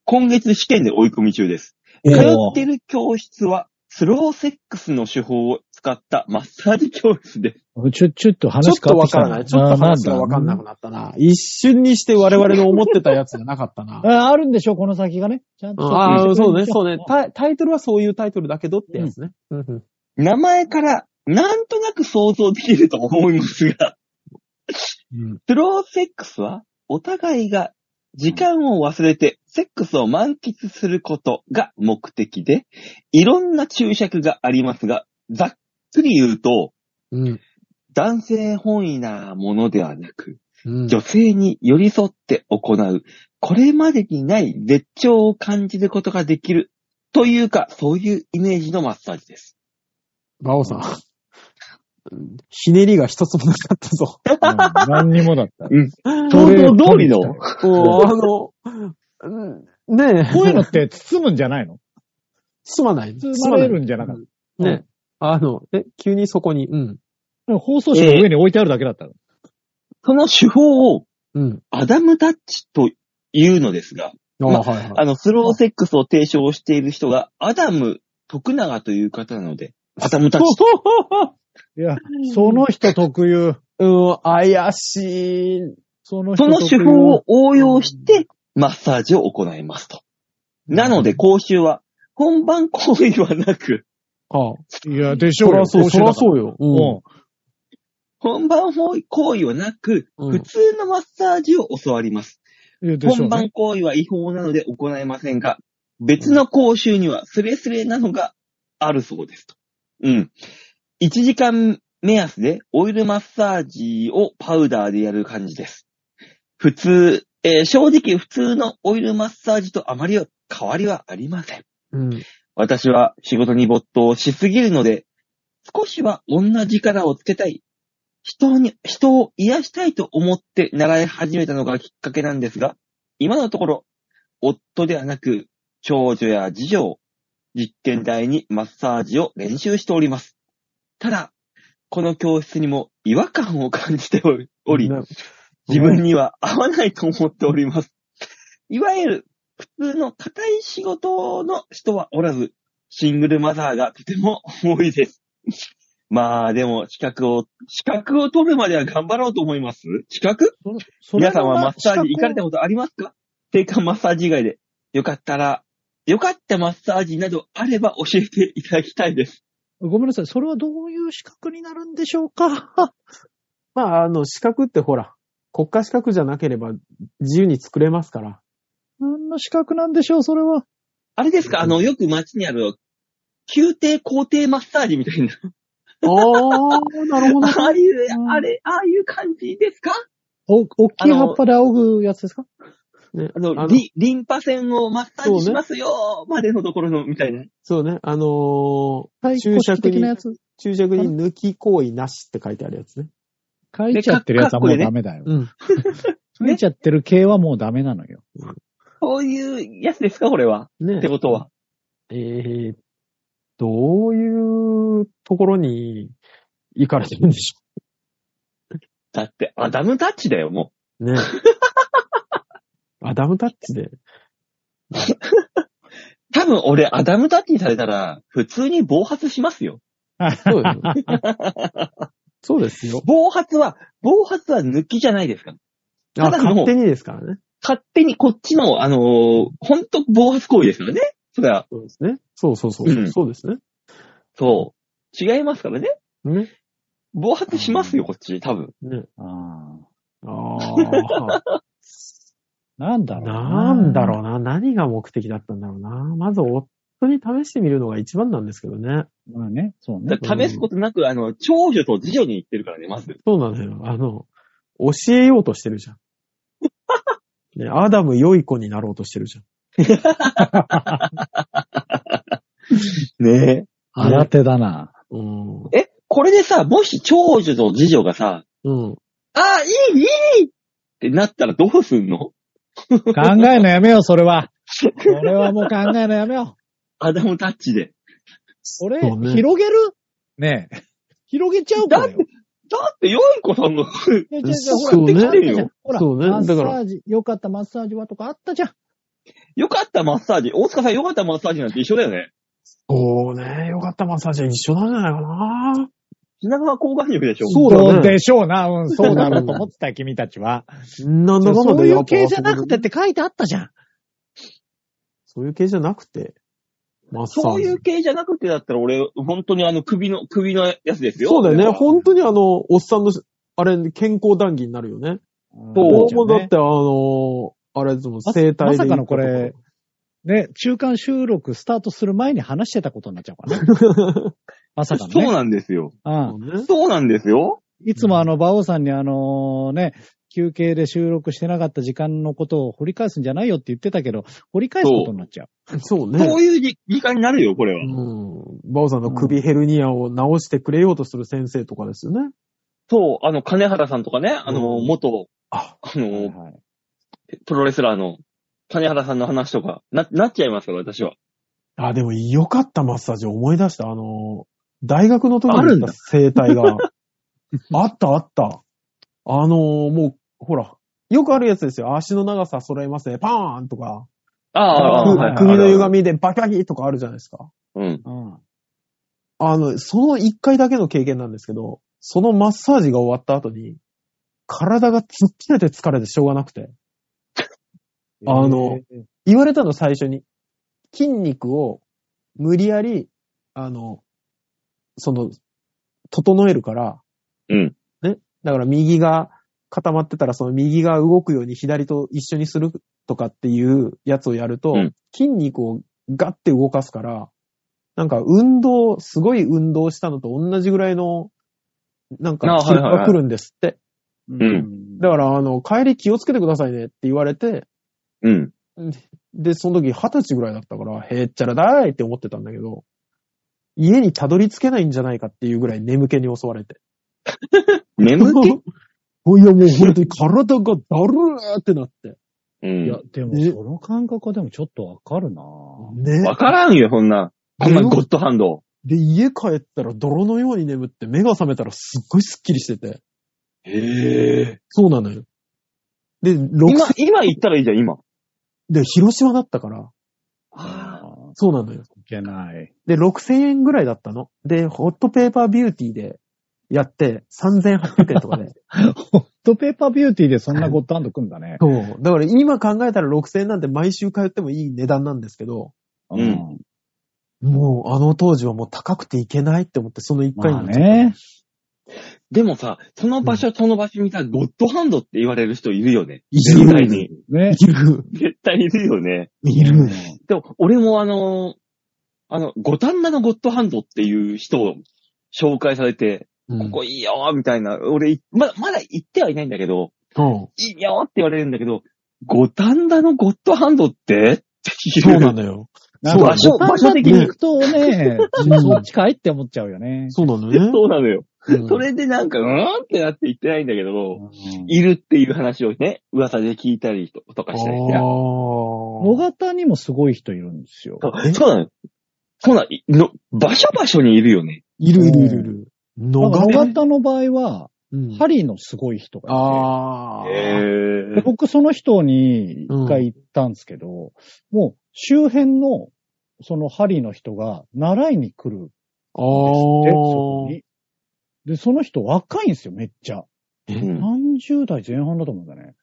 [SPEAKER 2] 今月試験で追い込み中です。通っ
[SPEAKER 4] お
[SPEAKER 2] て
[SPEAKER 4] ー
[SPEAKER 2] る教室は、スローセックスの手法を使ったマッサージ教室です。
[SPEAKER 4] ちょ、ちょっと
[SPEAKER 3] ちょっ
[SPEAKER 4] 話
[SPEAKER 3] と
[SPEAKER 4] 変わ
[SPEAKER 3] わ
[SPEAKER 4] ってきた
[SPEAKER 3] からない。ちょっと話がわかんなくなったな。一瞬にして我々の思ってたやつじゃなかった な。
[SPEAKER 4] ああるんでしょう、この先がね。ちゃんと。
[SPEAKER 3] ああ、そうね、そうね
[SPEAKER 4] ん
[SPEAKER 3] タイ。タイトルはそういうタイトルだけどってやつね。うんうん
[SPEAKER 2] 名前から、なんとなく想像できると思います が、
[SPEAKER 3] うん
[SPEAKER 2] スローセックスは、お互いが時間を忘れて、セックスを満喫することが目的で、いろんな注釈がありますが、ざっくり言うと、
[SPEAKER 3] うん
[SPEAKER 2] 男性本位なものではなく、
[SPEAKER 3] うん
[SPEAKER 2] 女性に寄り添って行う、これまでにない絶頂を感じることができるというか、そういうイメージのマッサージです。
[SPEAKER 3] 馬王さん。ひねりが一つもなかったぞ。
[SPEAKER 4] うん何にもだった。
[SPEAKER 2] 想像通りの
[SPEAKER 4] こ
[SPEAKER 3] もう、あの、うんねえ、
[SPEAKER 4] ういうのって包むんじゃないの
[SPEAKER 3] すまない。
[SPEAKER 4] 包まれるんじゃなかっ
[SPEAKER 3] すまない。ねえ。あの、え、急にそこに、うん。
[SPEAKER 4] た。放送紙の上に置いてあるだけだったの。
[SPEAKER 2] その手法を
[SPEAKER 3] うん。
[SPEAKER 2] アダムタッチというのですが、
[SPEAKER 3] あ
[SPEAKER 2] まあ
[SPEAKER 3] はいはい。
[SPEAKER 2] あの、スローセックスを提唱している人が、アダム徳永という方なので、アダムタッチ。
[SPEAKER 4] いや、その人特有。
[SPEAKER 3] うん、怪しい。
[SPEAKER 4] その人
[SPEAKER 2] その手
[SPEAKER 4] 特有
[SPEAKER 2] 法を応用して、マッサージを行いますと。なので、講習は、本番行為はなく、
[SPEAKER 3] ああ
[SPEAKER 4] いや、でしょ
[SPEAKER 3] そう
[SPEAKER 4] よ。
[SPEAKER 3] らそう、
[SPEAKER 4] 講師
[SPEAKER 3] そ
[SPEAKER 4] だから
[SPEAKER 3] そうよ。うん。
[SPEAKER 2] 本番行為はなく、
[SPEAKER 3] うん
[SPEAKER 2] 普通のマッサージを教わります。
[SPEAKER 4] うん。いや、でしょう
[SPEAKER 2] 本番。
[SPEAKER 4] ね
[SPEAKER 2] 行為は違法なので行えませんが、別の講習にはスレスレなのがあるそうですと。うん。1時間目安でオイルマッサージをパウダーでやる感じです。普通、えー正直普通のオイルマッサージとあまり変わりはありません。
[SPEAKER 3] うん。
[SPEAKER 2] 私は仕事に没頭しすぎるので、少しは女力をつけたい。人に、人を癒したいと思って習い始めたのがきっかけなんですが、今のところ、夫ではなく、長女や次女を実験台にマッサージを練習しております。ただ、この教室にも違和感を感じており、
[SPEAKER 3] ね
[SPEAKER 2] 自分には合わないと思っております。いわゆる、普通の硬い仕事の人はおらず、シングルマザーがとても多いです。まあ、でも、資格を、資格を取るまでは頑張ろうと思います。資格
[SPEAKER 4] それ
[SPEAKER 2] 皆さんはマッサージ行かれた
[SPEAKER 4] も
[SPEAKER 2] ことありますか定款マッサージ以外で。よかったら、よかったマッサージなどあれば教えていただきたいです。
[SPEAKER 4] ごめんなさい。それはどういう資格になるんでしょうか
[SPEAKER 3] まあ、あの、資格ってほら、国家資格じゃなければ自由に作れますから。
[SPEAKER 4] 何の資格なんでしょうそれは。
[SPEAKER 2] あれですかあの、よく街にある、宮廷皇帝マッサージみたいな。
[SPEAKER 3] ああ、なるほど。
[SPEAKER 2] ああいう
[SPEAKER 4] う、ん
[SPEAKER 2] あれ、ああいう感じですか
[SPEAKER 4] お、大きい葉っぱで仰ぐやつですか
[SPEAKER 3] ね
[SPEAKER 2] あの、
[SPEAKER 3] あの
[SPEAKER 2] リリンパ腺をマッサージ
[SPEAKER 3] そう
[SPEAKER 2] し
[SPEAKER 3] ね
[SPEAKER 2] ますよ、までのところの、みたいな。
[SPEAKER 3] そうね、あのー
[SPEAKER 4] 対
[SPEAKER 3] 注
[SPEAKER 4] 抗
[SPEAKER 3] 釈
[SPEAKER 4] 的
[SPEAKER 3] に
[SPEAKER 4] なやつ。
[SPEAKER 3] 注釈に抜き行為なしって書いてあるやつね。
[SPEAKER 4] 書いちゃってるやつはもうダメだよ。
[SPEAKER 3] うん。
[SPEAKER 4] 書いちゃってる系はもうダメなのよ。
[SPEAKER 2] そういうやつですかこれは。
[SPEAKER 3] ね
[SPEAKER 2] ってことは。
[SPEAKER 3] えー、どういうところに行かれてるんでしょ
[SPEAKER 2] だって、アダムタッチだよ、も
[SPEAKER 3] うね。アダムタッチで。
[SPEAKER 2] う。多分俺、アダムタッチにされたら、普通に暴発しますよ。
[SPEAKER 3] そうですよ。そうですよ。
[SPEAKER 2] 暴発は、暴発は抜きじゃないですか。
[SPEAKER 3] あ、
[SPEAKER 2] ただの
[SPEAKER 3] 勝手にですからね。
[SPEAKER 2] 勝手にこっちの、あのー、ほんと暴発行為ですよね。そりゃ、
[SPEAKER 3] そうですね。そうそうそう。
[SPEAKER 2] うん
[SPEAKER 3] そうですね。
[SPEAKER 2] そう。違いますからね。
[SPEAKER 3] ね。
[SPEAKER 2] 暴発しますよ、こっち、多分。
[SPEAKER 3] ね。
[SPEAKER 4] ああ。
[SPEAKER 3] あ あ。
[SPEAKER 4] なんだろう
[SPEAKER 3] なんだろうな。何が目的だったんだろうな。まず夫に試してみるのが一番なんですけどね。
[SPEAKER 4] う。まあね、そう
[SPEAKER 2] だ
[SPEAKER 4] ね。
[SPEAKER 2] から試すことなく、あの、長女と次女に行ってるからね、まず。
[SPEAKER 3] そうなのよ。あの、教えようとしてる じゃん。ね、アダム良い子になろうとしてるじゃん。
[SPEAKER 2] ねえ。
[SPEAKER 4] 新手だな。
[SPEAKER 3] うん。
[SPEAKER 2] え、これでさ、もし長女と次女がさ、
[SPEAKER 3] うん。
[SPEAKER 2] あ、いい、いいってなったらどうすんの
[SPEAKER 4] 考えのやめよう、それは。それはもう考えのやめよ
[SPEAKER 2] アダムタッチで。
[SPEAKER 4] う。俺、
[SPEAKER 3] そうね
[SPEAKER 4] 広げるねえ。広げちゃうからよ。
[SPEAKER 2] だって、ヨイコさんが、
[SPEAKER 4] いや
[SPEAKER 3] だ
[SPEAKER 4] 違う違う
[SPEAKER 3] そうね
[SPEAKER 4] ほらあったじゃんほら、
[SPEAKER 3] そうね
[SPEAKER 4] マッサ
[SPEAKER 3] だから
[SPEAKER 4] ージ、良かったマッサージはとかあったじゃん。
[SPEAKER 2] よかったマッサージ、大塚さんよかったマッサージなんて一緒だよね。
[SPEAKER 3] そうね。よかったマッサージは一緒なんじゃないかな。
[SPEAKER 2] 品川交換力でしょ
[SPEAKER 3] そうだね
[SPEAKER 4] でしょうな、うん、そうだろうと思ってたよ、君たちは。
[SPEAKER 3] なんだかんだ
[SPEAKER 4] そうい
[SPEAKER 3] やっ
[SPEAKER 4] う
[SPEAKER 3] ぱ
[SPEAKER 4] 系じゃなくてっ。て書いてあったじゃん。
[SPEAKER 3] そういう系じゃなくて。マッサージ。
[SPEAKER 2] そういう系じゃなくてだったら俺、本当にあの首の、首のやつですよ。
[SPEAKER 3] そうだよね。
[SPEAKER 2] ほん
[SPEAKER 3] 本当にあの、おっさんの、あれ、健康談義になるよね。
[SPEAKER 2] そう
[SPEAKER 3] 俺もだってあの、あれですもん、
[SPEAKER 4] ま
[SPEAKER 3] 生体で。
[SPEAKER 4] まさかのこれ。ね、中間収録スタートする前に 話してたことになっちゃうからね。まさかのね。
[SPEAKER 2] そうなんですよ。
[SPEAKER 4] うん
[SPEAKER 3] そうね
[SPEAKER 2] そうなんですよ。
[SPEAKER 4] いつもあの、馬王さんにあの、ね、休憩で収録してなかった時間のことを掘り返すんじゃないよって言ってたけど、掘り返すことになっちゃう。
[SPEAKER 3] そうね。
[SPEAKER 2] そういう時間になるよ、これは。
[SPEAKER 3] うん。バオさんの首ヘルニアを治してくれようとする先生とかですよね。
[SPEAKER 2] そう、あの、金原さんとかね、あの、
[SPEAKER 3] うん
[SPEAKER 2] 元、
[SPEAKER 3] あ
[SPEAKER 2] あの、
[SPEAKER 4] はい
[SPEAKER 2] プロレスラーの金原さんの話とか、な、なっちゃいますから、私は。
[SPEAKER 3] あ、でも良かったマッサージ思い出した。あの、大学の時に
[SPEAKER 4] あるん
[SPEAKER 3] 行
[SPEAKER 4] だ
[SPEAKER 3] った生態が。あったあった。あの、もう、ほら、よくあるやつですよ。足の長さ揃えますね。パーンとか、
[SPEAKER 2] あ
[SPEAKER 4] ー
[SPEAKER 2] あ
[SPEAKER 3] く
[SPEAKER 4] はいはい
[SPEAKER 3] 首の歪
[SPEAKER 2] み。
[SPEAKER 3] みでバキバキとかあるじゃないですか。
[SPEAKER 2] うん。
[SPEAKER 4] うん。
[SPEAKER 3] あの、その一回だけの経験なんですけど、そのマッサージが終わった後に、体が突っ切れて疲れてしょうがなくて、あの
[SPEAKER 4] えー、
[SPEAKER 3] 言われたの最初に、筋肉を無理やり、あの、その、整えるから、
[SPEAKER 2] うん。
[SPEAKER 3] ね。だから右が固まってたら、その右が動くように左と一緒にするとかっていうやつをやると、
[SPEAKER 2] うん
[SPEAKER 3] 筋肉をガッて動かすから、なんか運動、すごい運動したのと同じぐらいの、なんか
[SPEAKER 2] あ、はい
[SPEAKER 3] 気
[SPEAKER 2] はいはい
[SPEAKER 3] が来るんですって。
[SPEAKER 4] うんん。
[SPEAKER 3] だから、あの、帰り気をつけてくださいねって言われて、
[SPEAKER 2] うん。
[SPEAKER 3] で、その時二十歳ぐらいだったから、へっちゃらだーいって思ってたんだけど、家にたどり着けないんじゃないかっていうぐらい眠気に襲われて。
[SPEAKER 2] 眠気
[SPEAKER 3] いや、もう本当に体がだるーってなって。
[SPEAKER 2] う
[SPEAKER 4] いや
[SPEAKER 2] ん。、
[SPEAKER 4] でも、
[SPEAKER 3] え
[SPEAKER 4] その感覚でもちょっとわかるなぁ。
[SPEAKER 3] ね
[SPEAKER 2] わからんよ、そんな。こんな
[SPEAKER 3] で
[SPEAKER 2] ゴッドハンド。
[SPEAKER 3] で、家帰ったら泥のように眠って、目が覚めたらすっごいスッキリしてて。
[SPEAKER 2] へえ。
[SPEAKER 3] そうなのよ。で、六
[SPEAKER 2] 今
[SPEAKER 3] 歳、
[SPEAKER 2] 今言ったらいいじゃん、今。
[SPEAKER 3] で、広島だったから、
[SPEAKER 2] あ
[SPEAKER 4] あ
[SPEAKER 3] そうなのよ。
[SPEAKER 4] いけない。
[SPEAKER 3] で、6000円ぐらいだったの。で、ホットペーパービューティーでやって、3800円とかで。
[SPEAKER 4] ホットペーパービューティーでそんなゴッドハンド組んだね。
[SPEAKER 3] そう。だから今考えたら6000円なんて毎週通ってもいい値段なんですけど、
[SPEAKER 2] うん。
[SPEAKER 3] もうあの当時はもう高くていけないって思って、その一回
[SPEAKER 4] まあ
[SPEAKER 3] に、
[SPEAKER 4] ね。
[SPEAKER 2] でもさ、その場所その場所にさ、ゴッドハンドって言われる人いるよね。
[SPEAKER 3] い
[SPEAKER 2] 絶対
[SPEAKER 3] る、
[SPEAKER 2] に。
[SPEAKER 4] ね。
[SPEAKER 3] いる、
[SPEAKER 2] 絶対いるよね。
[SPEAKER 3] いる。
[SPEAKER 2] でも、俺もあのーあの、五反田のゴッドハンドっていう人を紹介されて、
[SPEAKER 3] うん
[SPEAKER 2] ここいいよーみたいな、俺い、まだ、まだ行ってはいないんだけど、
[SPEAKER 3] そ
[SPEAKER 2] いいよーって言われるんだけど、五反田のゴッドハンドってって
[SPEAKER 3] う
[SPEAKER 2] いう。
[SPEAKER 3] そうなのよ。
[SPEAKER 4] なんか
[SPEAKER 3] そう
[SPEAKER 4] 場所、場所的に行くとね、
[SPEAKER 3] うん
[SPEAKER 4] そっちかいって思っちゃうよね。
[SPEAKER 3] そうなのよ ね。
[SPEAKER 2] そうなのよ。
[SPEAKER 3] うん
[SPEAKER 2] それでなんか、うーんってなって行ってないんだけど、
[SPEAKER 4] うん
[SPEAKER 2] いるっていう話をね、噂で聞いたりととかしたりして。
[SPEAKER 3] あ
[SPEAKER 4] 野
[SPEAKER 3] ー
[SPEAKER 4] 方にもすごい人いるんですよ。
[SPEAKER 2] そうそうなのよ。そうなのの、場所場所にいるよね。
[SPEAKER 3] いるいるいるいる。
[SPEAKER 4] な
[SPEAKER 3] 野
[SPEAKER 4] んか野
[SPEAKER 3] 川
[SPEAKER 4] 方の場合は、
[SPEAKER 3] うん
[SPEAKER 4] ハリーのすごい人が
[SPEAKER 3] あー
[SPEAKER 2] へ
[SPEAKER 4] いて、僕その人に一回行ったんですけど、もう周辺のそのハリーの人が習いに来るんですって、そ
[SPEAKER 3] あ
[SPEAKER 4] こ
[SPEAKER 3] ー。
[SPEAKER 4] に。で、その人若いんですよ、めっちゃ。
[SPEAKER 2] うん
[SPEAKER 4] 30代前半だと思うんだね。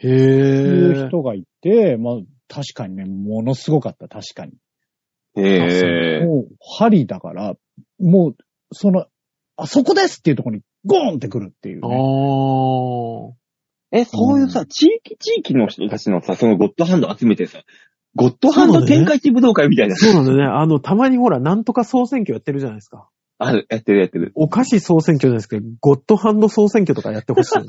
[SPEAKER 3] へ
[SPEAKER 4] いう
[SPEAKER 3] ー。
[SPEAKER 4] 人がいて、まあ確かにね、ものすごかった、確かに。
[SPEAKER 2] へえ。
[SPEAKER 4] もう、針だから、もう、その、あそこですっていうところに、ゴーンってくるっていう、
[SPEAKER 3] あ
[SPEAKER 4] ね。
[SPEAKER 3] ー。
[SPEAKER 2] え、そういうさ、地域地域の人たちのさ、そのゴッドハンド集めてさ、ゴッドハンド展開地武道会みたいな。
[SPEAKER 3] そうなんだね。あの、たまにほら、なんとか総選挙やってるじゃないですか。
[SPEAKER 2] ある、やってるやってる。
[SPEAKER 3] お菓子総選挙じゃないですけど、ゴッドハンド総選挙とかやっ てほしい。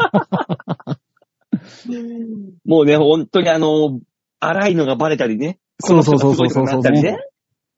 [SPEAKER 2] もうね、本当にあの、荒いのがバレたりね。
[SPEAKER 3] そうそうそうそうそう
[SPEAKER 2] こ
[SPEAKER 3] そ
[SPEAKER 2] の人がすごいことにな
[SPEAKER 3] う
[SPEAKER 2] ったりね。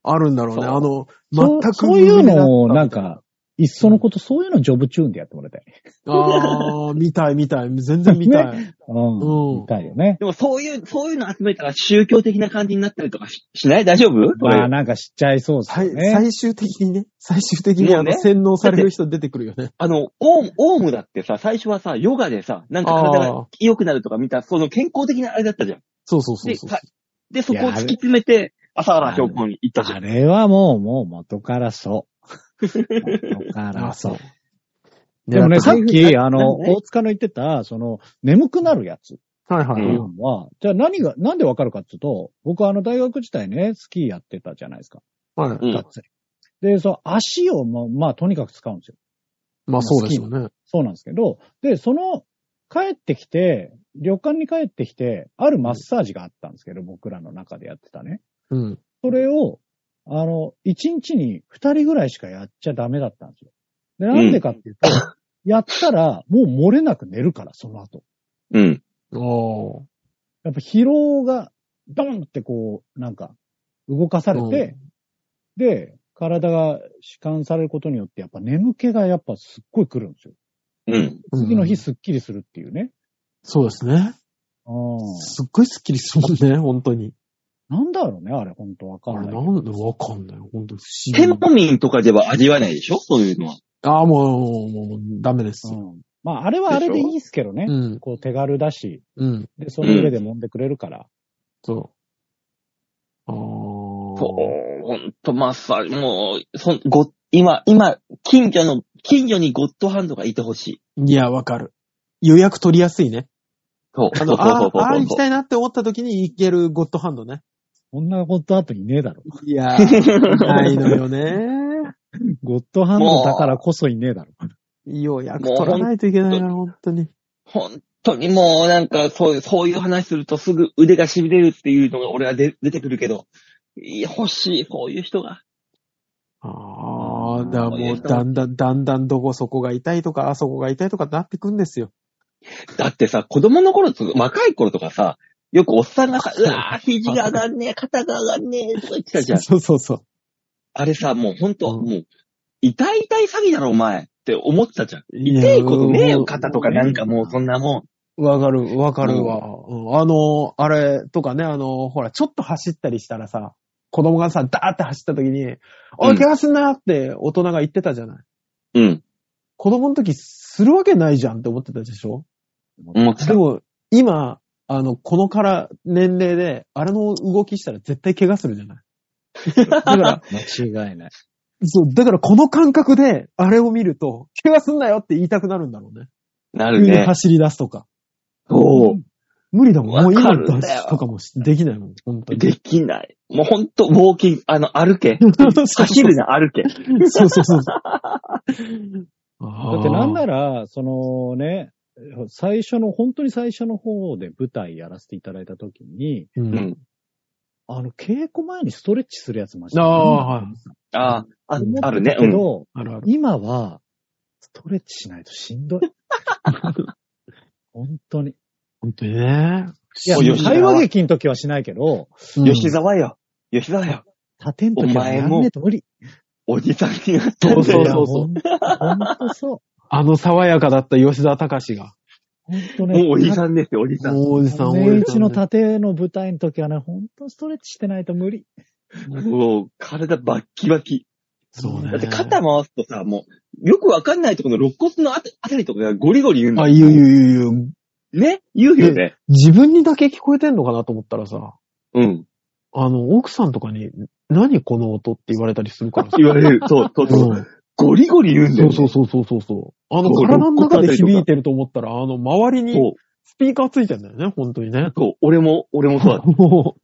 [SPEAKER 3] あるんだろうね。
[SPEAKER 2] そう
[SPEAKER 3] あの、
[SPEAKER 4] そ
[SPEAKER 3] 全
[SPEAKER 4] う
[SPEAKER 3] く
[SPEAKER 4] そういうのを、
[SPEAKER 3] 無名だ
[SPEAKER 4] な
[SPEAKER 3] っ
[SPEAKER 4] んか、いっそのこと、そういうのジョブチューンでやってもらいたい。
[SPEAKER 3] た。あー、見たい見たい。全然見たい。
[SPEAKER 4] うん。
[SPEAKER 3] うん
[SPEAKER 4] みたいよね。
[SPEAKER 2] でもそういう、そういうの集めたら宗教的な感じになったりとかししない大丈夫それ
[SPEAKER 4] まあ、なんか知っちゃいそうです
[SPEAKER 3] 最
[SPEAKER 4] よね。
[SPEAKER 3] 最終的にね、最終的にあ
[SPEAKER 2] もう
[SPEAKER 3] の、
[SPEAKER 2] ね
[SPEAKER 3] 洗脳される人出てくるよね。
[SPEAKER 2] あの、オウム、オウムだってさ、最初はさ、ヨガでさ、なんか体
[SPEAKER 3] あ
[SPEAKER 2] が
[SPEAKER 3] ー
[SPEAKER 2] 良くなるとか見た、その健康的なあれだったじゃん。
[SPEAKER 3] そうそうそう
[SPEAKER 2] で、
[SPEAKER 3] そう
[SPEAKER 2] さ。で、そこを
[SPEAKER 4] いやあ
[SPEAKER 2] 突
[SPEAKER 4] れ
[SPEAKER 2] き詰めて、朝原教皇に行ったじゃ
[SPEAKER 4] あ
[SPEAKER 2] ん。
[SPEAKER 4] れはもう、もう元からそう。元からそう。 でもね、さっき、あの、
[SPEAKER 2] なんで
[SPEAKER 4] 大塚の言ってた、その、眠くなるやつ。
[SPEAKER 3] はい
[SPEAKER 2] う
[SPEAKER 3] は
[SPEAKER 4] ってい
[SPEAKER 2] ん
[SPEAKER 3] い。
[SPEAKER 4] うのは、じゃあ何が、なんでわかるかっていうと、僕はあの大学時代ね、スキーやってたじゃないですか。
[SPEAKER 3] はい。
[SPEAKER 2] うん
[SPEAKER 4] 学生。で、その足をもう、まあとにかく使うんですよ。
[SPEAKER 3] まあそうですよね。
[SPEAKER 4] そうなんですけど、で、その、帰ってきて、旅館に帰ってきて、あるマッサージがあったんですけど、僕らの中でやってたね。
[SPEAKER 3] うん。
[SPEAKER 4] それを、あの、1日に2人ぐらいしかやっちゃダメだったんですよ。で、なんでかっていうと、やったら、もう漏れなく寝るから、その後。
[SPEAKER 2] うん。
[SPEAKER 3] おー
[SPEAKER 4] やっぱ疲労が、ドンってこう、なんか、動かされて、で、体が弛緩されることによって、やっぱ眠気がやっぱすっごい来るんですよ。
[SPEAKER 2] うん。
[SPEAKER 4] 次の日
[SPEAKER 3] うん
[SPEAKER 4] すっきりするっていうね。
[SPEAKER 3] そうですね。
[SPEAKER 4] あー
[SPEAKER 3] すっごいスッキリするもんね、本当に。
[SPEAKER 4] なんだろうね、あれ、ほんとわか
[SPEAKER 3] あ
[SPEAKER 4] ん
[SPEAKER 3] れ
[SPEAKER 4] ない。
[SPEAKER 3] なんでわかんない。本当不思議
[SPEAKER 2] テン。ポミンとかでは味わえないでしょそういうのは。
[SPEAKER 3] ああ、もう、もう、ダメです
[SPEAKER 4] う
[SPEAKER 3] よ。
[SPEAKER 4] ん、まあ、あれはあれでいいですけどね。
[SPEAKER 3] うん、
[SPEAKER 4] こう、手軽だし、
[SPEAKER 3] うん、
[SPEAKER 4] で、その上で揉んでくれるから。
[SPEAKER 3] そう。ああ。
[SPEAKER 2] そう、ほんと、まあさ、もう、そん、ご、今、今、近所の、近所にゴッドハンドがいてほしい。
[SPEAKER 3] いや、わかる。予約取りやすいね。
[SPEAKER 2] そう、
[SPEAKER 3] あ
[SPEAKER 2] そう
[SPEAKER 3] の、
[SPEAKER 2] そうそ
[SPEAKER 3] あ
[SPEAKER 2] うそう
[SPEAKER 3] あ、ああ行き
[SPEAKER 2] そう。
[SPEAKER 3] たいなって思った時に行けるゴッドハンドね。
[SPEAKER 4] こんなゴッドハンドいねえだろ。
[SPEAKER 3] いや ー、ないのよね。
[SPEAKER 4] ゴッドハンドだからこそいねえだろ。
[SPEAKER 3] 予約取らないといけないな、本当に。
[SPEAKER 2] 本当にもう、なんか、そういう、そういう話するとすぐ腕が痺れるっていうのが俺は出出てくるけど、いや欲しい、そういう人が。
[SPEAKER 3] ああ、だからもう、だんだん、だんだんどこそこが痛いとか、あそこが痛いとかなってくんですよ。
[SPEAKER 2] だってさ、子供の頃と、若い頃とかさ、よくおっさんがさ、うわぁ、肘が上がんねえ、肩が上がんねえ、とか言ってたじゃん。
[SPEAKER 3] そうそうそう。
[SPEAKER 2] あれさ、もうほんと、
[SPEAKER 3] うん
[SPEAKER 2] もう、痛い痛い詐欺だろ、お前って思ってたじゃん。
[SPEAKER 3] い
[SPEAKER 2] 痛
[SPEAKER 3] や
[SPEAKER 2] いことねえよ、肩とか
[SPEAKER 3] うん
[SPEAKER 2] なんかもうそんなも
[SPEAKER 3] わかる、わかるわ、うんあの、あれとかね、あの、ほら、ちょっと走ったりしたらさ、子供がさ、ダーって走った時に、お
[SPEAKER 2] う
[SPEAKER 3] い、
[SPEAKER 2] ん
[SPEAKER 3] 怪我すんなって大人が言ってたじゃない。
[SPEAKER 2] ん。うん。
[SPEAKER 3] 子供の時、するわけないじゃんって思ってたでしょ
[SPEAKER 2] 思って
[SPEAKER 3] で
[SPEAKER 2] た。
[SPEAKER 3] も、今、あの、このから、年齢で、あれの動きしたら絶対怪我するじゃない。だから、
[SPEAKER 4] 間違いない。
[SPEAKER 3] そう、だからこの感覚で、あれを見ると、怪我すんなよって言いたくなるんだろうね。
[SPEAKER 2] な
[SPEAKER 3] 急
[SPEAKER 2] る
[SPEAKER 3] に
[SPEAKER 2] ね。
[SPEAKER 3] 走り出すとか。
[SPEAKER 2] そ
[SPEAKER 3] 無理だもん。もう今
[SPEAKER 2] わかるんだよ
[SPEAKER 3] 出すとかもしできないもん、本
[SPEAKER 2] う。
[SPEAKER 3] 当に。
[SPEAKER 2] できない。もうほんと、ウォーキング、あの、歩け。走るな、歩け。
[SPEAKER 3] そうそうそう。だ
[SPEAKER 4] だってなんな
[SPEAKER 3] ろ
[SPEAKER 4] ら、そのね、最初の、本当に最初の方で舞台やらせていただいたときに、
[SPEAKER 3] う。
[SPEAKER 2] うんん。
[SPEAKER 4] あの、稽古前にストレッチするやつました。
[SPEAKER 3] ああ、はい。
[SPEAKER 2] ああ、あ
[SPEAKER 4] 思ってた
[SPEAKER 2] あるね。う
[SPEAKER 4] け
[SPEAKER 2] ん。
[SPEAKER 4] ど、
[SPEAKER 3] あるある。
[SPEAKER 4] 今は、ストレッチしないとしんどい。本当に。
[SPEAKER 3] 本当にね。
[SPEAKER 4] いや、
[SPEAKER 2] もう吉沢
[SPEAKER 4] 会話劇の時はしないけど、
[SPEAKER 2] 吉沢よ。吉沢よ。
[SPEAKER 4] 他店と
[SPEAKER 2] お
[SPEAKER 4] きは
[SPEAKER 2] 前
[SPEAKER 4] や
[SPEAKER 2] も
[SPEAKER 4] んねえと無理。
[SPEAKER 2] おじさんになっ
[SPEAKER 3] そ
[SPEAKER 2] た
[SPEAKER 3] うそうそう
[SPEAKER 4] そう。本当そう。
[SPEAKER 3] あの爽やかだった吉沢隆が。
[SPEAKER 4] 本 当
[SPEAKER 2] もう
[SPEAKER 4] ね。
[SPEAKER 2] おじさんですよ、おじさん。
[SPEAKER 3] おじさん、おじさ
[SPEAKER 4] 年
[SPEAKER 3] ん。
[SPEAKER 4] 一の盾の舞台の時はね、本当ストレッチしてないと無理。
[SPEAKER 2] もう、体バッキバキ。
[SPEAKER 3] そうね。
[SPEAKER 2] だって肩回すとさ、もう、よくわかんないところの肋骨のあたあたりとかがゴリゴリ言うんだ
[SPEAKER 3] あ、言う言う言う言う。
[SPEAKER 2] ね言うよね。
[SPEAKER 3] 自分にだけ聞こえてんのかなと思ったらさ、
[SPEAKER 2] うん。
[SPEAKER 3] あの、奥さんとかに、何この音って言われたりするからさ。
[SPEAKER 2] 言わ れる。そう、そう、
[SPEAKER 3] う
[SPEAKER 2] そ
[SPEAKER 3] ん
[SPEAKER 2] う。ゴリゴリ言うんだ
[SPEAKER 3] そ
[SPEAKER 2] よ
[SPEAKER 3] う
[SPEAKER 2] ね。
[SPEAKER 3] そうそうそうそうそう。あの、
[SPEAKER 2] そう
[SPEAKER 3] 体の中で響いてると思ったら、あの、周りに
[SPEAKER 2] そう。
[SPEAKER 3] スピーカーついてんだよね、本当にね。
[SPEAKER 2] そう、俺も、俺もそうだ。
[SPEAKER 3] も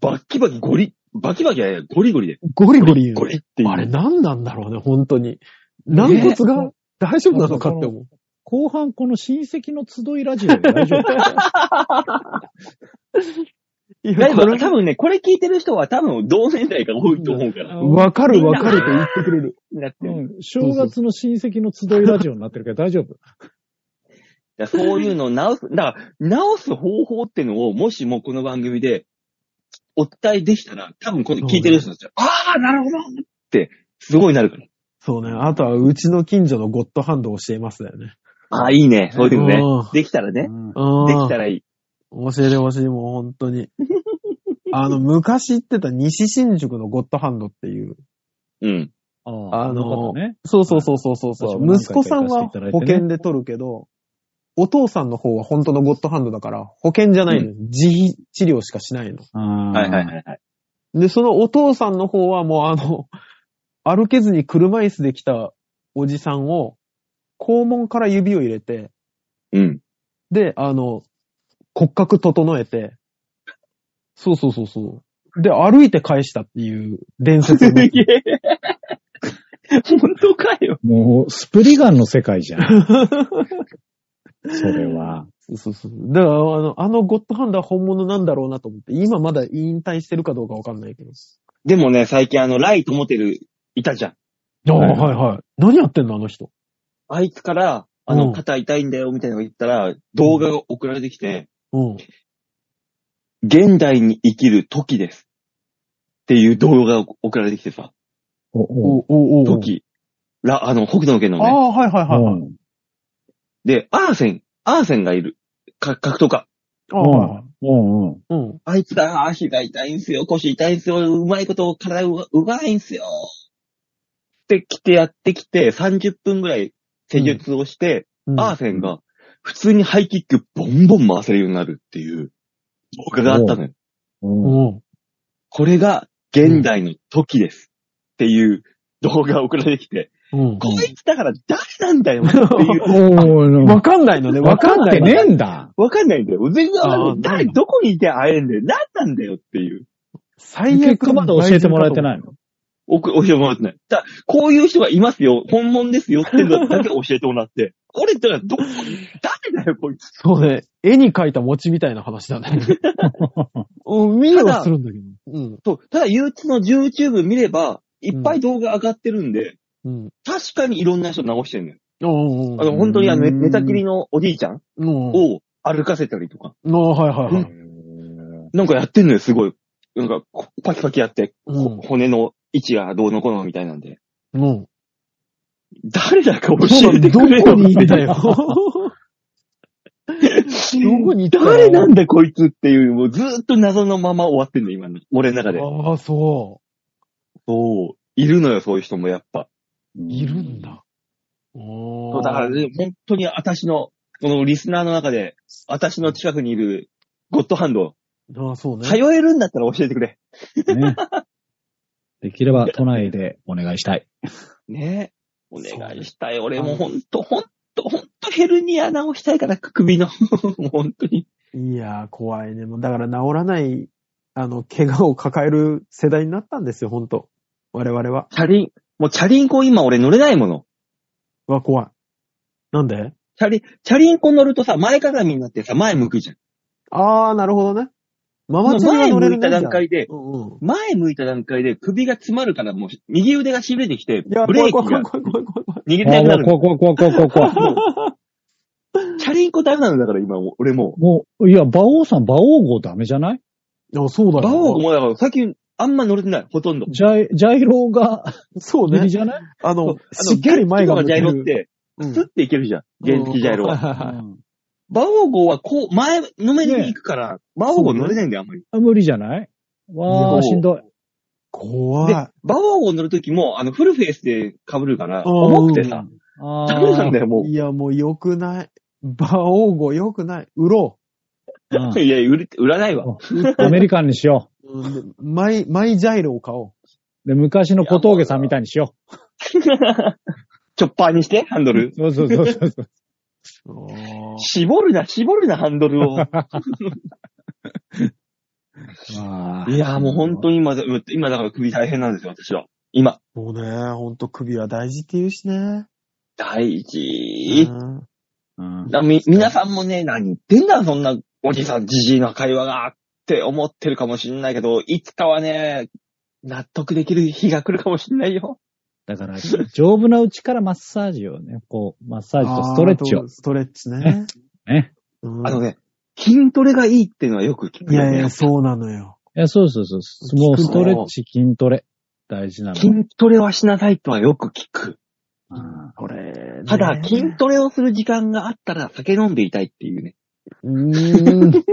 [SPEAKER 2] バッキバキゴリ、バキバキはゴリゴリで。
[SPEAKER 3] う、ゴリゴリ言う
[SPEAKER 2] ゴリっていう。
[SPEAKER 3] あれ何なんだろうね、本当に。軟骨が大丈夫なのかって思う。
[SPEAKER 4] 後半この親戚の集いラジオで大丈夫。
[SPEAKER 3] い
[SPEAKER 2] だ
[SPEAKER 3] や
[SPEAKER 2] い
[SPEAKER 3] これ
[SPEAKER 2] ぶ、多分ね、これ聞いてる人は多分同年代が多いと思うから。
[SPEAKER 4] うん
[SPEAKER 3] わかるわかると言ってくれる。
[SPEAKER 2] だって
[SPEAKER 4] うん正月の親戚の集いラジオになってるけど大丈夫。
[SPEAKER 2] だからそういうのを直す、だから、直す方法ってのを、もしもこの番組で、お伝えできたら、多分この聞いてる人たちは、ああ、なるほどって、すごいなるから。
[SPEAKER 3] そうね。あとは、うちの近所のゴッドハンドを教えますだよね。
[SPEAKER 2] ああ、いいね。そういうのね。
[SPEAKER 3] うん
[SPEAKER 2] できたらね。
[SPEAKER 3] うん
[SPEAKER 2] できたらいい。
[SPEAKER 3] 教えてほしい、もう本当 に。あの、昔行ってた西新宿のゴッドハンドっていう。
[SPEAKER 2] うん。
[SPEAKER 4] あ
[SPEAKER 3] あ
[SPEAKER 4] あの方ね。
[SPEAKER 3] そうそうそうそうそうそう、
[SPEAKER 4] はい
[SPEAKER 3] 息子さんは保険で取るけど、お父さんの方は本当のゴッドハンドだから、保険じゃないの。自費治療しかしないの。
[SPEAKER 4] は
[SPEAKER 2] はいはいはいはい。
[SPEAKER 3] で、そのお父さんの方はもうあの、 歩けずに車椅子で来たおじさんを、肛門から指を入れて、
[SPEAKER 2] うん。
[SPEAKER 3] で、あの、骨格整えて、そうそうそうそう。で、歩いて返したっていう伝説を
[SPEAKER 2] す
[SPEAKER 3] ね
[SPEAKER 2] げえ。本当かよ。
[SPEAKER 4] もう、スプリガンの世界じゃん。それは。
[SPEAKER 3] そうそうそう。だから、あの、あのゴッドハンドは本物なんだろうなと思って、今まだ引退してるかどうかわかんないけど。
[SPEAKER 2] でもね、最近あの、ライトモテルいたじゃん。
[SPEAKER 3] ああ、
[SPEAKER 4] はい
[SPEAKER 3] はいはい。何やってんの、あの人。
[SPEAKER 2] あいつから、あ
[SPEAKER 3] う
[SPEAKER 2] の、
[SPEAKER 3] ん
[SPEAKER 2] 肩痛いんだよ、みたいなのが言ったら、動画が送られてきて、
[SPEAKER 3] うん。
[SPEAKER 2] 現代に生きる時です。っていう動画が送られてきてさ、
[SPEAKER 4] お
[SPEAKER 3] お
[SPEAKER 4] お
[SPEAKER 3] うおうおう
[SPEAKER 2] 時、ら、あの、北斗の拳の
[SPEAKER 3] あ
[SPEAKER 2] ね。
[SPEAKER 3] あ、はいはいはいはい。
[SPEAKER 4] うん
[SPEAKER 2] で、アーセン、アーセンがいる。か、格闘家。
[SPEAKER 3] ああはいはい
[SPEAKER 4] うんうん。
[SPEAKER 3] うん。
[SPEAKER 2] あいつが、あー膝痛いんすよ、腰痛いんすよ、うまいこと体ううまいんすよ。って来てやってきて、30分ぐらい施術をして、
[SPEAKER 3] うん
[SPEAKER 2] アーセンが、普通にハイキックボンボン回せるようになるっていう、僕があったのよ。
[SPEAKER 4] うん。
[SPEAKER 3] うん。
[SPEAKER 2] これが、現代の時です。っていう動画を送られてきて、
[SPEAKER 3] うん。
[SPEAKER 2] こいつだから誰なんだよ、っていう。
[SPEAKER 4] お
[SPEAKER 3] わかんないのね、わ
[SPEAKER 4] わ
[SPEAKER 3] か
[SPEAKER 4] か
[SPEAKER 3] ん
[SPEAKER 4] ん
[SPEAKER 3] な
[SPEAKER 4] ないい。
[SPEAKER 3] の。
[SPEAKER 4] ねえんだ。
[SPEAKER 2] わかんないんだよ。全然わかんな
[SPEAKER 3] あー
[SPEAKER 2] い。誰、どこにいて会えるんだよ。何なんだよっていう。
[SPEAKER 3] 最。
[SPEAKER 4] 結果まだ教えてもらえてないいの。
[SPEAKER 2] おく、教えてもらってない。だ、こういう人がいますよ。本物ですよっていうのだけ教えてもらって。俺ってのはど こに、誰だよ、こいつ。
[SPEAKER 3] そうね。絵に描いた餅みたいな話だね。うん、見
[SPEAKER 2] た
[SPEAKER 3] る
[SPEAKER 2] だ
[SPEAKER 3] はするんだけど。うん。
[SPEAKER 2] そう。ただ、憂鬱の YouTube 見れば、いっぱい動画上がってるんで、
[SPEAKER 3] うん。
[SPEAKER 2] 確かにいろんな人直してるのよ。
[SPEAKER 3] うん。うん
[SPEAKER 2] あの、本当にあの、ね
[SPEAKER 4] うん
[SPEAKER 2] 寝たきりのおじいちゃん
[SPEAKER 3] うん。
[SPEAKER 2] を歩かせたりとか、
[SPEAKER 3] うんはいはいはい。
[SPEAKER 2] なんかやってんのよ、すごい。なんか、こパキパキやって、
[SPEAKER 3] うん
[SPEAKER 2] こ骨の位置がどうのこうのみたいなんで。
[SPEAKER 3] うん。
[SPEAKER 2] 誰だか教えてくれよ
[SPEAKER 3] どこにい
[SPEAKER 2] って
[SPEAKER 3] たよ。どこにいた
[SPEAKER 2] 誰なんだこいつっていう、もうずーっと謎のまま終わってんの、今の。俺の中で。
[SPEAKER 3] ああ、そ
[SPEAKER 2] そう。いるのよ、そういう人もやっぱ。
[SPEAKER 3] う。いるんだ。お
[SPEAKER 2] そうだから、ね、本当に私の、このリスナーの中で、私の近くにいるゴッドハンド、
[SPEAKER 3] ああ、そうね。
[SPEAKER 2] 通えるんだったら教えてくれ。
[SPEAKER 4] ね。できれば都内でお願いしたい。
[SPEAKER 2] ねえ。お願いしたい。俺
[SPEAKER 3] あ
[SPEAKER 2] も
[SPEAKER 3] の
[SPEAKER 2] ほんと、ほんと、ほんとヘルニア治したいから、首の。 もう本当に。
[SPEAKER 3] いやー、怖いね。もうだから治らない、あの、怪我を抱える世代になったんですよ、ほんと。我々は。
[SPEAKER 2] チャリン、もうチャリンコ今俺乗れないもの。
[SPEAKER 3] は怖い。なんで
[SPEAKER 2] チャリ、チャリンコ乗るとさ、前かがみになってさ、前向くじゃん。
[SPEAKER 3] あー、なるほどね。マ
[SPEAKER 2] も
[SPEAKER 3] マ
[SPEAKER 2] う
[SPEAKER 3] チャリは
[SPEAKER 2] 前
[SPEAKER 3] 乗れる
[SPEAKER 2] 向
[SPEAKER 3] ん
[SPEAKER 2] い
[SPEAKER 3] だ
[SPEAKER 2] た段階で、
[SPEAKER 3] うんうん。
[SPEAKER 2] 前向いた段階で首が詰まるから、もう右腕が痺れてきて、
[SPEAKER 3] いや、
[SPEAKER 2] ブレ
[SPEAKER 3] 怖
[SPEAKER 2] ー
[SPEAKER 3] い
[SPEAKER 2] キが
[SPEAKER 3] 怖い怖い怖い怖い怖い。。
[SPEAKER 2] 握れ
[SPEAKER 4] あ
[SPEAKER 2] な
[SPEAKER 4] あ、
[SPEAKER 2] くな
[SPEAKER 4] も
[SPEAKER 2] る
[SPEAKER 4] う。怖い怖い怖い怖い怖い怖い。
[SPEAKER 2] チャリンコダメなんだから、今、俺も
[SPEAKER 4] もう、いや、馬王さん、馬王号ダメじゃないう
[SPEAKER 3] あ、そう
[SPEAKER 2] う。
[SPEAKER 3] だ
[SPEAKER 2] バオ
[SPEAKER 3] よ。
[SPEAKER 2] もだから、最近、あんま乗れてない、ほとんど。
[SPEAKER 4] ジャイ、ジャイロが
[SPEAKER 3] そう
[SPEAKER 4] 無理
[SPEAKER 3] ね。
[SPEAKER 4] じゃない
[SPEAKER 3] あ
[SPEAKER 2] そう
[SPEAKER 3] の、しっかり前が
[SPEAKER 2] の
[SPEAKER 3] 向
[SPEAKER 2] ジャ
[SPEAKER 3] け
[SPEAKER 2] イ
[SPEAKER 3] る
[SPEAKER 2] ロって、
[SPEAKER 3] うん
[SPEAKER 2] スッていけるじゃん。原付ジャイロ
[SPEAKER 3] うん
[SPEAKER 2] は。
[SPEAKER 3] はいはいはい
[SPEAKER 2] バオ号は、こう、前、のめりに行くから、バオ号乗れないんだよ、あんまり。
[SPEAKER 4] あ無理じゃないわ
[SPEAKER 2] いや
[SPEAKER 4] あ、しんどい。
[SPEAKER 3] 怖
[SPEAKER 2] で
[SPEAKER 3] い。、
[SPEAKER 2] バオ号乗るときも、あの、フルフェイスで被るから、
[SPEAKER 3] うん
[SPEAKER 2] 重くてさ、
[SPEAKER 4] あ
[SPEAKER 2] ダメなんだよ、も
[SPEAKER 3] いや、もう良くない。馬王語良くない。売ろ
[SPEAKER 4] うん
[SPEAKER 2] う。いや、売れ売らないわ。
[SPEAKER 4] アメリカンにしよ
[SPEAKER 3] う。うんでマイ、マイジャイロを買お
[SPEAKER 4] う。で、昔の小峠さんみたいにしよ
[SPEAKER 2] チョッパーにして、ハンドル
[SPEAKER 4] う。。そうそうそうそうそう。
[SPEAKER 3] う。
[SPEAKER 2] 絞るな、絞るな、ハンドルを。
[SPEAKER 4] あー
[SPEAKER 2] いや、もう本当に今、今だから首大変なんですよ、私は。今。
[SPEAKER 3] もうね、ほんと首は大事って言うしね。
[SPEAKER 2] 大事。
[SPEAKER 3] うん
[SPEAKER 4] うん
[SPEAKER 2] だみ、皆さんもね、何言ってんだ、そんなおじさん、じじいの会話がって思ってるかもしんないけど、いつかはね、納得できる日が来るかもしんないよ。
[SPEAKER 4] だから、丈夫なうちからマッサージをね、こう、マッサージとストレッチ
[SPEAKER 3] あ
[SPEAKER 4] を
[SPEAKER 3] ー。ストレッチね。
[SPEAKER 4] ね。
[SPEAKER 3] うん
[SPEAKER 2] あの ね、筋トレがいいっていうのはよく聞く
[SPEAKER 3] い
[SPEAKER 2] よ
[SPEAKER 3] や
[SPEAKER 2] ね。
[SPEAKER 3] いや、そうなのよ。
[SPEAKER 4] いや、そうそうそう。もうストレッチ、筋トレ。大事なの。
[SPEAKER 2] 筋トレはしなさいとはよく聞く。
[SPEAKER 4] うん
[SPEAKER 3] これ、
[SPEAKER 2] ただ、筋トレをする時間があったら酒飲んでいたいっていうね。
[SPEAKER 3] うー ん。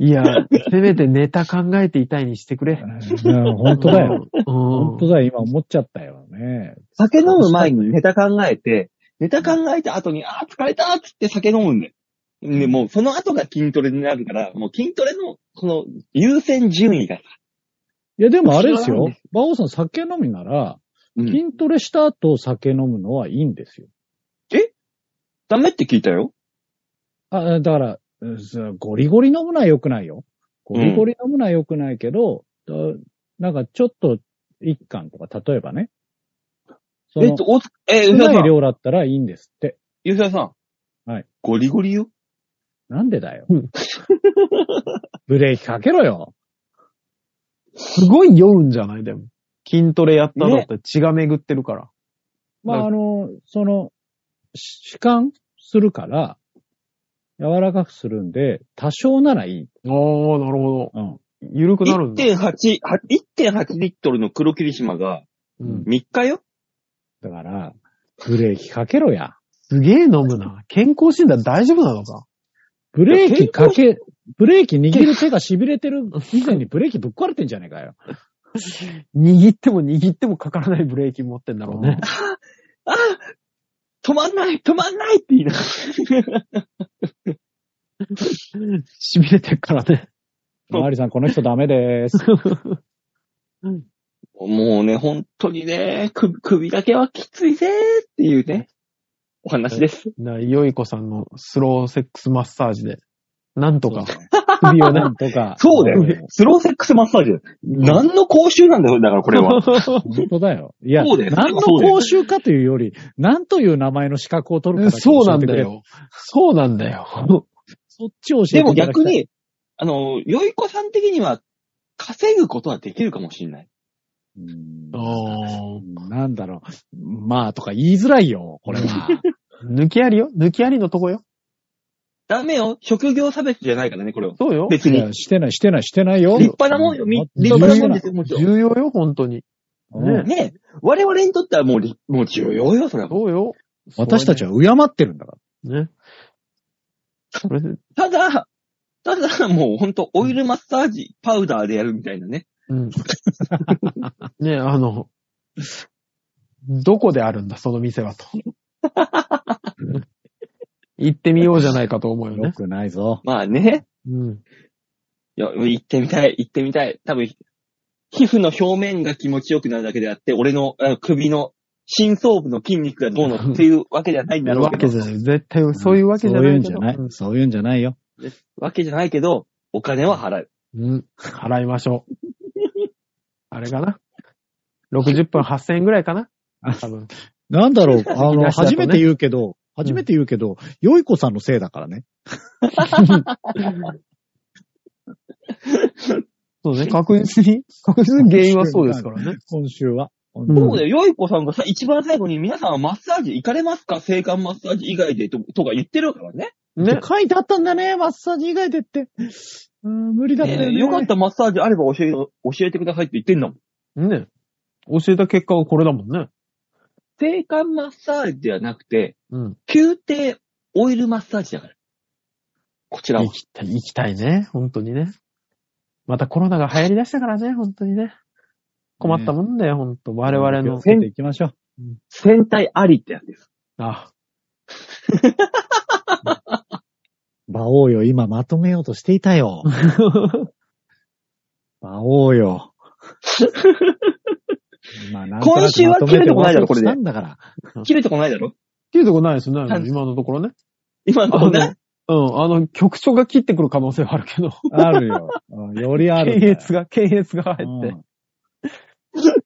[SPEAKER 3] いや、せめてネタ考えていたいにしてくれ。
[SPEAKER 4] うん本当だよ。
[SPEAKER 3] うん。
[SPEAKER 4] 本当だよ。今思っちゃったよね。
[SPEAKER 2] 酒飲む前にネタ考えて、ネタ考えた後に、あー疲れたーっつって酒飲むんだよ。で、もうその後が筋トレになるから、もう筋トレの、その、優先順位がさ、
[SPEAKER 4] いや、でもあれです
[SPEAKER 2] 知ら
[SPEAKER 4] よ
[SPEAKER 2] な。
[SPEAKER 4] 馬王さん酒飲みなら、
[SPEAKER 2] うん
[SPEAKER 4] 筋トレした後酒飲むのはいいんですよ。
[SPEAKER 2] ダメって聞いたよ。
[SPEAKER 4] あ、だから、うんそうゴリゴリ飲むのは良くないよ。ゴリゴリ飲むのは良くないけど、だなんかちょっと一貫とか、例えばね。そ
[SPEAKER 2] え
[SPEAKER 4] の
[SPEAKER 2] っと、、おつ、えー、
[SPEAKER 4] 少
[SPEAKER 2] 吉田
[SPEAKER 4] な
[SPEAKER 2] さ
[SPEAKER 4] い
[SPEAKER 2] ん。
[SPEAKER 4] 量だったらいいんですって。
[SPEAKER 2] 吉田さん。
[SPEAKER 4] はい。
[SPEAKER 2] ゴリゴリよ。
[SPEAKER 4] なんでだよ
[SPEAKER 3] うん。
[SPEAKER 4] ブレーキかけろよ。
[SPEAKER 3] すごい酔うんじゃないでも。筋トレやったのって血が巡ってるから。
[SPEAKER 4] まあ、あの、その、し弛緩するから、柔らかくするんで、多少ならいい。
[SPEAKER 3] ああ、なるほど。
[SPEAKER 4] うん。
[SPEAKER 3] 緩くなるんだ。
[SPEAKER 2] 1.8、は1.8リットルの黒霧島が
[SPEAKER 3] うん、
[SPEAKER 2] 3日よ
[SPEAKER 4] だから、ブレーキかけろや。
[SPEAKER 3] すげえ飲むな。健康診断大丈夫なのか
[SPEAKER 4] ブレーキかけ、ブレーキ握る手が痺れてる 以前にブレーキぶっ壊れてんじゃねえかよ。
[SPEAKER 3] 握っても握ってもかからないブレーキ持ってんだろうね。
[SPEAKER 2] あ止まんない止まんないって言いながら。
[SPEAKER 3] 痺れてるからね。
[SPEAKER 2] そう
[SPEAKER 4] 周りさん、この人ダメです。
[SPEAKER 2] もうね、本当にね、首、首だけはきついぜーっていうね、お話です。
[SPEAKER 3] な、よいこさんのスローセックスマッサージで、なん とか
[SPEAKER 4] そう
[SPEAKER 3] 首をね
[SPEAKER 4] な、んとか。
[SPEAKER 2] そうだよね。 スローセックスマッサージ。何の講習なんだよ、だからこれ は。
[SPEAKER 4] 本当だよ。いや、
[SPEAKER 2] そうだよ
[SPEAKER 4] 何の講習かというより、何という名前の資格を取るかだけ教
[SPEAKER 3] そうな
[SPEAKER 4] え
[SPEAKER 3] ん
[SPEAKER 4] てく
[SPEAKER 3] だ
[SPEAKER 4] れ。
[SPEAKER 3] よ。そうなんだ よ。
[SPEAKER 4] そっちを教
[SPEAKER 2] で
[SPEAKER 4] えて
[SPEAKER 2] も
[SPEAKER 4] いただきた
[SPEAKER 2] 逆、
[SPEAKER 4] い
[SPEAKER 2] に、あの、よいこさん的には、稼ぐことはできるかもしれない。
[SPEAKER 3] あ
[SPEAKER 4] うんなんだろう。まあとか言いづらいよ、これは。
[SPEAKER 3] ー抜きありよ抜きありのとこよ。
[SPEAKER 2] ダメよ。職業差別じゃないからね、これは。
[SPEAKER 3] そうよ。
[SPEAKER 2] 別
[SPEAKER 4] い
[SPEAKER 2] に。
[SPEAKER 4] やしてない、してない、してないよ。
[SPEAKER 2] 立派なもんよ。み立派なもんですよ、もちろん。
[SPEAKER 3] 重要よ、本当に。ね
[SPEAKER 2] ねえ。我々にとってはもう立、もう重要よ、それは。
[SPEAKER 3] そうよ。
[SPEAKER 4] 私たちは敬ってるんだから。
[SPEAKER 3] ね。それで、
[SPEAKER 2] ただ、ただ、もうほんと、オイルマッサージ、パウダーでやるみたいなね。
[SPEAKER 3] うん。ね、あの、どこであるんだ、その店 はと。行ってみようじゃないかと思うよ
[SPEAKER 4] よ
[SPEAKER 3] ね。
[SPEAKER 4] くないぞ。
[SPEAKER 2] まあね。
[SPEAKER 3] うん。
[SPEAKER 2] いや、行ってみたい、行ってみたい。多分、皮膚の表面が気持ちよくなるだけであって、俺のあの首の深層部の筋肉がどうのっていうわけじゃないんだ
[SPEAKER 3] なる
[SPEAKER 2] ろう
[SPEAKER 3] わ
[SPEAKER 2] け
[SPEAKER 3] け
[SPEAKER 2] ど。
[SPEAKER 3] じゃない。絶対、そういうわけじゃな
[SPEAKER 4] そういう
[SPEAKER 3] いけど。
[SPEAKER 4] んじゃない。そういうんじゃないよ。
[SPEAKER 2] わけじゃないけど、お金は払う。
[SPEAKER 3] うん。払いましょう。あれかな ?60 分8000円ぐらいかな多分。
[SPEAKER 4] なんだろう、 あの、
[SPEAKER 3] 東だとね
[SPEAKER 4] 初めて言うけど、初めて言うけど、よいこさんのせいだからね。
[SPEAKER 3] そう ね。確実に、確実に原因はそうですからね。
[SPEAKER 4] 今週は。
[SPEAKER 3] ん
[SPEAKER 2] そうだよ、よいこさんがさ、一番最後に皆さんはマッサージ行かれますか性感マッサージ以外でととか言ってるからね。
[SPEAKER 3] ね。
[SPEAKER 4] 書いてあったんだね、マッサージ以外でって。うん、無理だったよ
[SPEAKER 2] ね
[SPEAKER 4] ね。
[SPEAKER 2] よかったマッサージあれば教え、教えてくださいって言ってんだもん。
[SPEAKER 3] ね。教えた結果はこれだもんね。
[SPEAKER 2] 性感マッサージではなくて、
[SPEAKER 3] うん。
[SPEAKER 2] 宮廷オイルマッサージだから。こちら
[SPEAKER 3] 行
[SPEAKER 2] は。
[SPEAKER 3] きたい、行きたいね。本当にね。またコロナが流行り出したからね、本当にね。困ったもんだよ、本当我々
[SPEAKER 4] 気を
[SPEAKER 3] の
[SPEAKER 4] つ。けていきましょう。
[SPEAKER 2] 戦隊ありってやつです。
[SPEAKER 3] あ、
[SPEAKER 4] 馬王よ、今まとめようとしていた よ。馬王よ。今なんとなく
[SPEAKER 2] 今週は
[SPEAKER 4] まとめ
[SPEAKER 2] 切れ
[SPEAKER 4] て
[SPEAKER 2] てこないだろ
[SPEAKER 4] 終わろうと
[SPEAKER 2] これ
[SPEAKER 4] し
[SPEAKER 2] で
[SPEAKER 4] たんだから。
[SPEAKER 2] 切れてこないだろ
[SPEAKER 3] 切れてこないですね、
[SPEAKER 2] はい
[SPEAKER 3] 今のところね。
[SPEAKER 2] 今のところね。
[SPEAKER 3] うん、あの、局長が切ってくる可能性はあるけど。
[SPEAKER 4] あるよ。うんよりあるんだ
[SPEAKER 3] 検
[SPEAKER 4] よ。
[SPEAKER 3] 閲が、検閲が入
[SPEAKER 4] う
[SPEAKER 3] っ
[SPEAKER 4] ん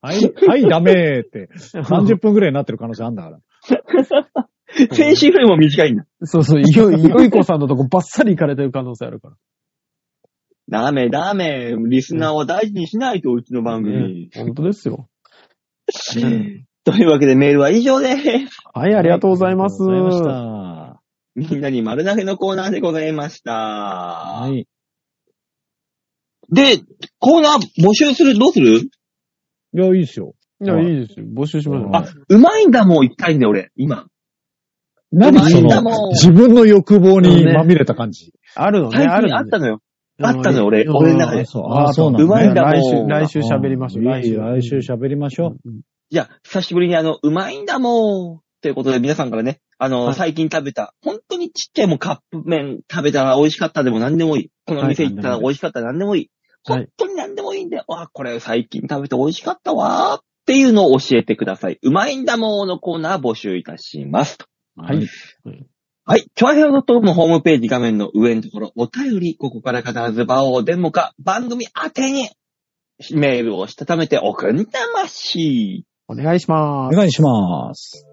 [SPEAKER 4] はい、はい、ダメーって。
[SPEAKER 3] て。
[SPEAKER 4] 30分ぐらいになってる可能性あるんだから。
[SPEAKER 2] 先週よりも短いんだ。
[SPEAKER 3] そうそう、いよ、いよいこさんのとこばっさり行かれてる可能性あるから。
[SPEAKER 2] ダメダメ。リスナーを大事にしないと、うちの番組。
[SPEAKER 3] 本当ですよ。
[SPEAKER 2] というわけでメールは以上です。
[SPEAKER 3] はい、ありがとうございます。
[SPEAKER 4] ありがとうございま
[SPEAKER 2] みんなに丸投げのコーナーでございました。
[SPEAKER 4] した。はい。
[SPEAKER 2] で、コーナー募集するどうする
[SPEAKER 4] いや、いいですよ。
[SPEAKER 3] いや、いいですよ。募集しましょう。
[SPEAKER 4] はい
[SPEAKER 2] あ、うまいんだもん、言いたいんだよ、俺。今。
[SPEAKER 4] 何
[SPEAKER 2] うま
[SPEAKER 4] そ
[SPEAKER 2] いんだ
[SPEAKER 4] の、
[SPEAKER 2] もん。
[SPEAKER 4] 自分の欲望に
[SPEAKER 3] うんね
[SPEAKER 4] まみれた感じ。
[SPEAKER 3] あるのね、
[SPEAKER 2] 最
[SPEAKER 3] ある
[SPEAKER 2] 近あ
[SPEAKER 3] の
[SPEAKER 2] っ
[SPEAKER 3] ね。
[SPEAKER 2] たのよ。あったのよ、俺。
[SPEAKER 3] うん
[SPEAKER 2] 俺の中で。
[SPEAKER 4] そう
[SPEAKER 3] あ
[SPEAKER 4] あ、そうなん
[SPEAKER 2] うまいんだもん
[SPEAKER 3] 来週、来週喋りましょう。
[SPEAKER 4] 来週、来週
[SPEAKER 3] し
[SPEAKER 4] 喋りましょう。
[SPEAKER 2] じゃあ、久しぶりにあの、うまいんだもん。ということで、皆さんからね、あの、
[SPEAKER 3] はい
[SPEAKER 2] 最近食べた、本当にちっちゃいもんカップ麺食べたら美味しかったでも何でもいい。この店行ったら美味しかったら何でもいい。
[SPEAKER 3] はい
[SPEAKER 2] 本当に何でもいいんで、わあ、これ最近食べて美味しかったわーっていうのを教えてください。うまいんだもんのコーナー募集いたします。
[SPEAKER 3] はい
[SPEAKER 4] はい。
[SPEAKER 2] はい。チョアヘオドットコムのホームページ画面の上のところ、お便り、ここから必ず場をデモか、番組宛てに、メールをしたためておくんだまし。
[SPEAKER 3] お願いしま
[SPEAKER 4] お
[SPEAKER 3] す。
[SPEAKER 4] 願いします。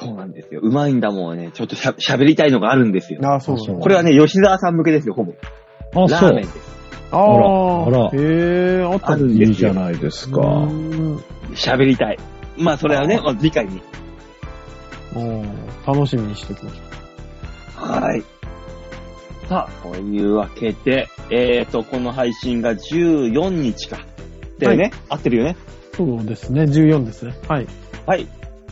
[SPEAKER 2] そうなんですよ。うまいんだもんはね、ちょっとしゃ喋りたいのがあるんですよ。
[SPEAKER 3] あ、そう
[SPEAKER 4] そう
[SPEAKER 2] これはね、吉沢さん向けですよ、ほぼ。
[SPEAKER 4] あ、
[SPEAKER 2] ラ
[SPEAKER 4] そ
[SPEAKER 2] ーメンで
[SPEAKER 4] う。
[SPEAKER 2] す。
[SPEAKER 3] あ
[SPEAKER 4] あらあら
[SPEAKER 3] へえ、あった
[SPEAKER 2] あるん
[SPEAKER 4] い
[SPEAKER 2] で
[SPEAKER 4] い
[SPEAKER 2] す
[SPEAKER 4] じゃ
[SPEAKER 2] よ。
[SPEAKER 4] ないですか。
[SPEAKER 3] うん
[SPEAKER 2] 喋りたい。まあ、それはね、まあ次回に。
[SPEAKER 3] うん楽しみにしておきましょ
[SPEAKER 2] はい。さあ、というわけで、えーと、この配信が14日か。だよね、合ってるよね
[SPEAKER 3] う。そうですね、14ですね。はい。
[SPEAKER 2] はい。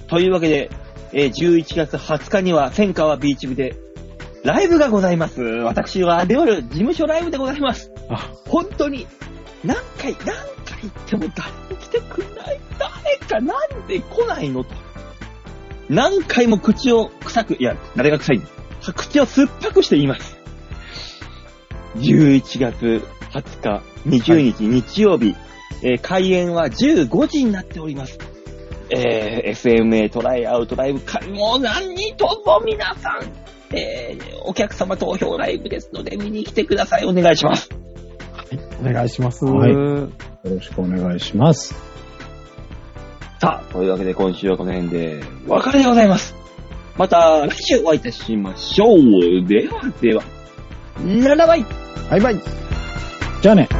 [SPEAKER 2] というわけで、えー11月20日には、千川ビーチ部で、ライブがございます。私は、デオル、事務所ライブでございます。
[SPEAKER 3] あ、
[SPEAKER 2] 本当に、何回、何回行っても誰も来てくれない。誰かなんで来ないのと。何回も口を臭く、いや、誰が臭い口を酸っぱくして言います。11月20日、20日、日曜日、えー開演は15時になっております。えー SMA トライアウトライブ会、もう何とぞ皆さん、えーお客様投票ライブですので見に来てください。お願いします。
[SPEAKER 3] お願いします。
[SPEAKER 4] はい
[SPEAKER 3] は
[SPEAKER 4] よろしくお願いします。
[SPEAKER 2] さあ、というわけで今週はこの辺で、お別れでございます。また来週お会いいたしましょう。ではでは、ならばい
[SPEAKER 3] い、バイバイ。
[SPEAKER 4] じゃあね。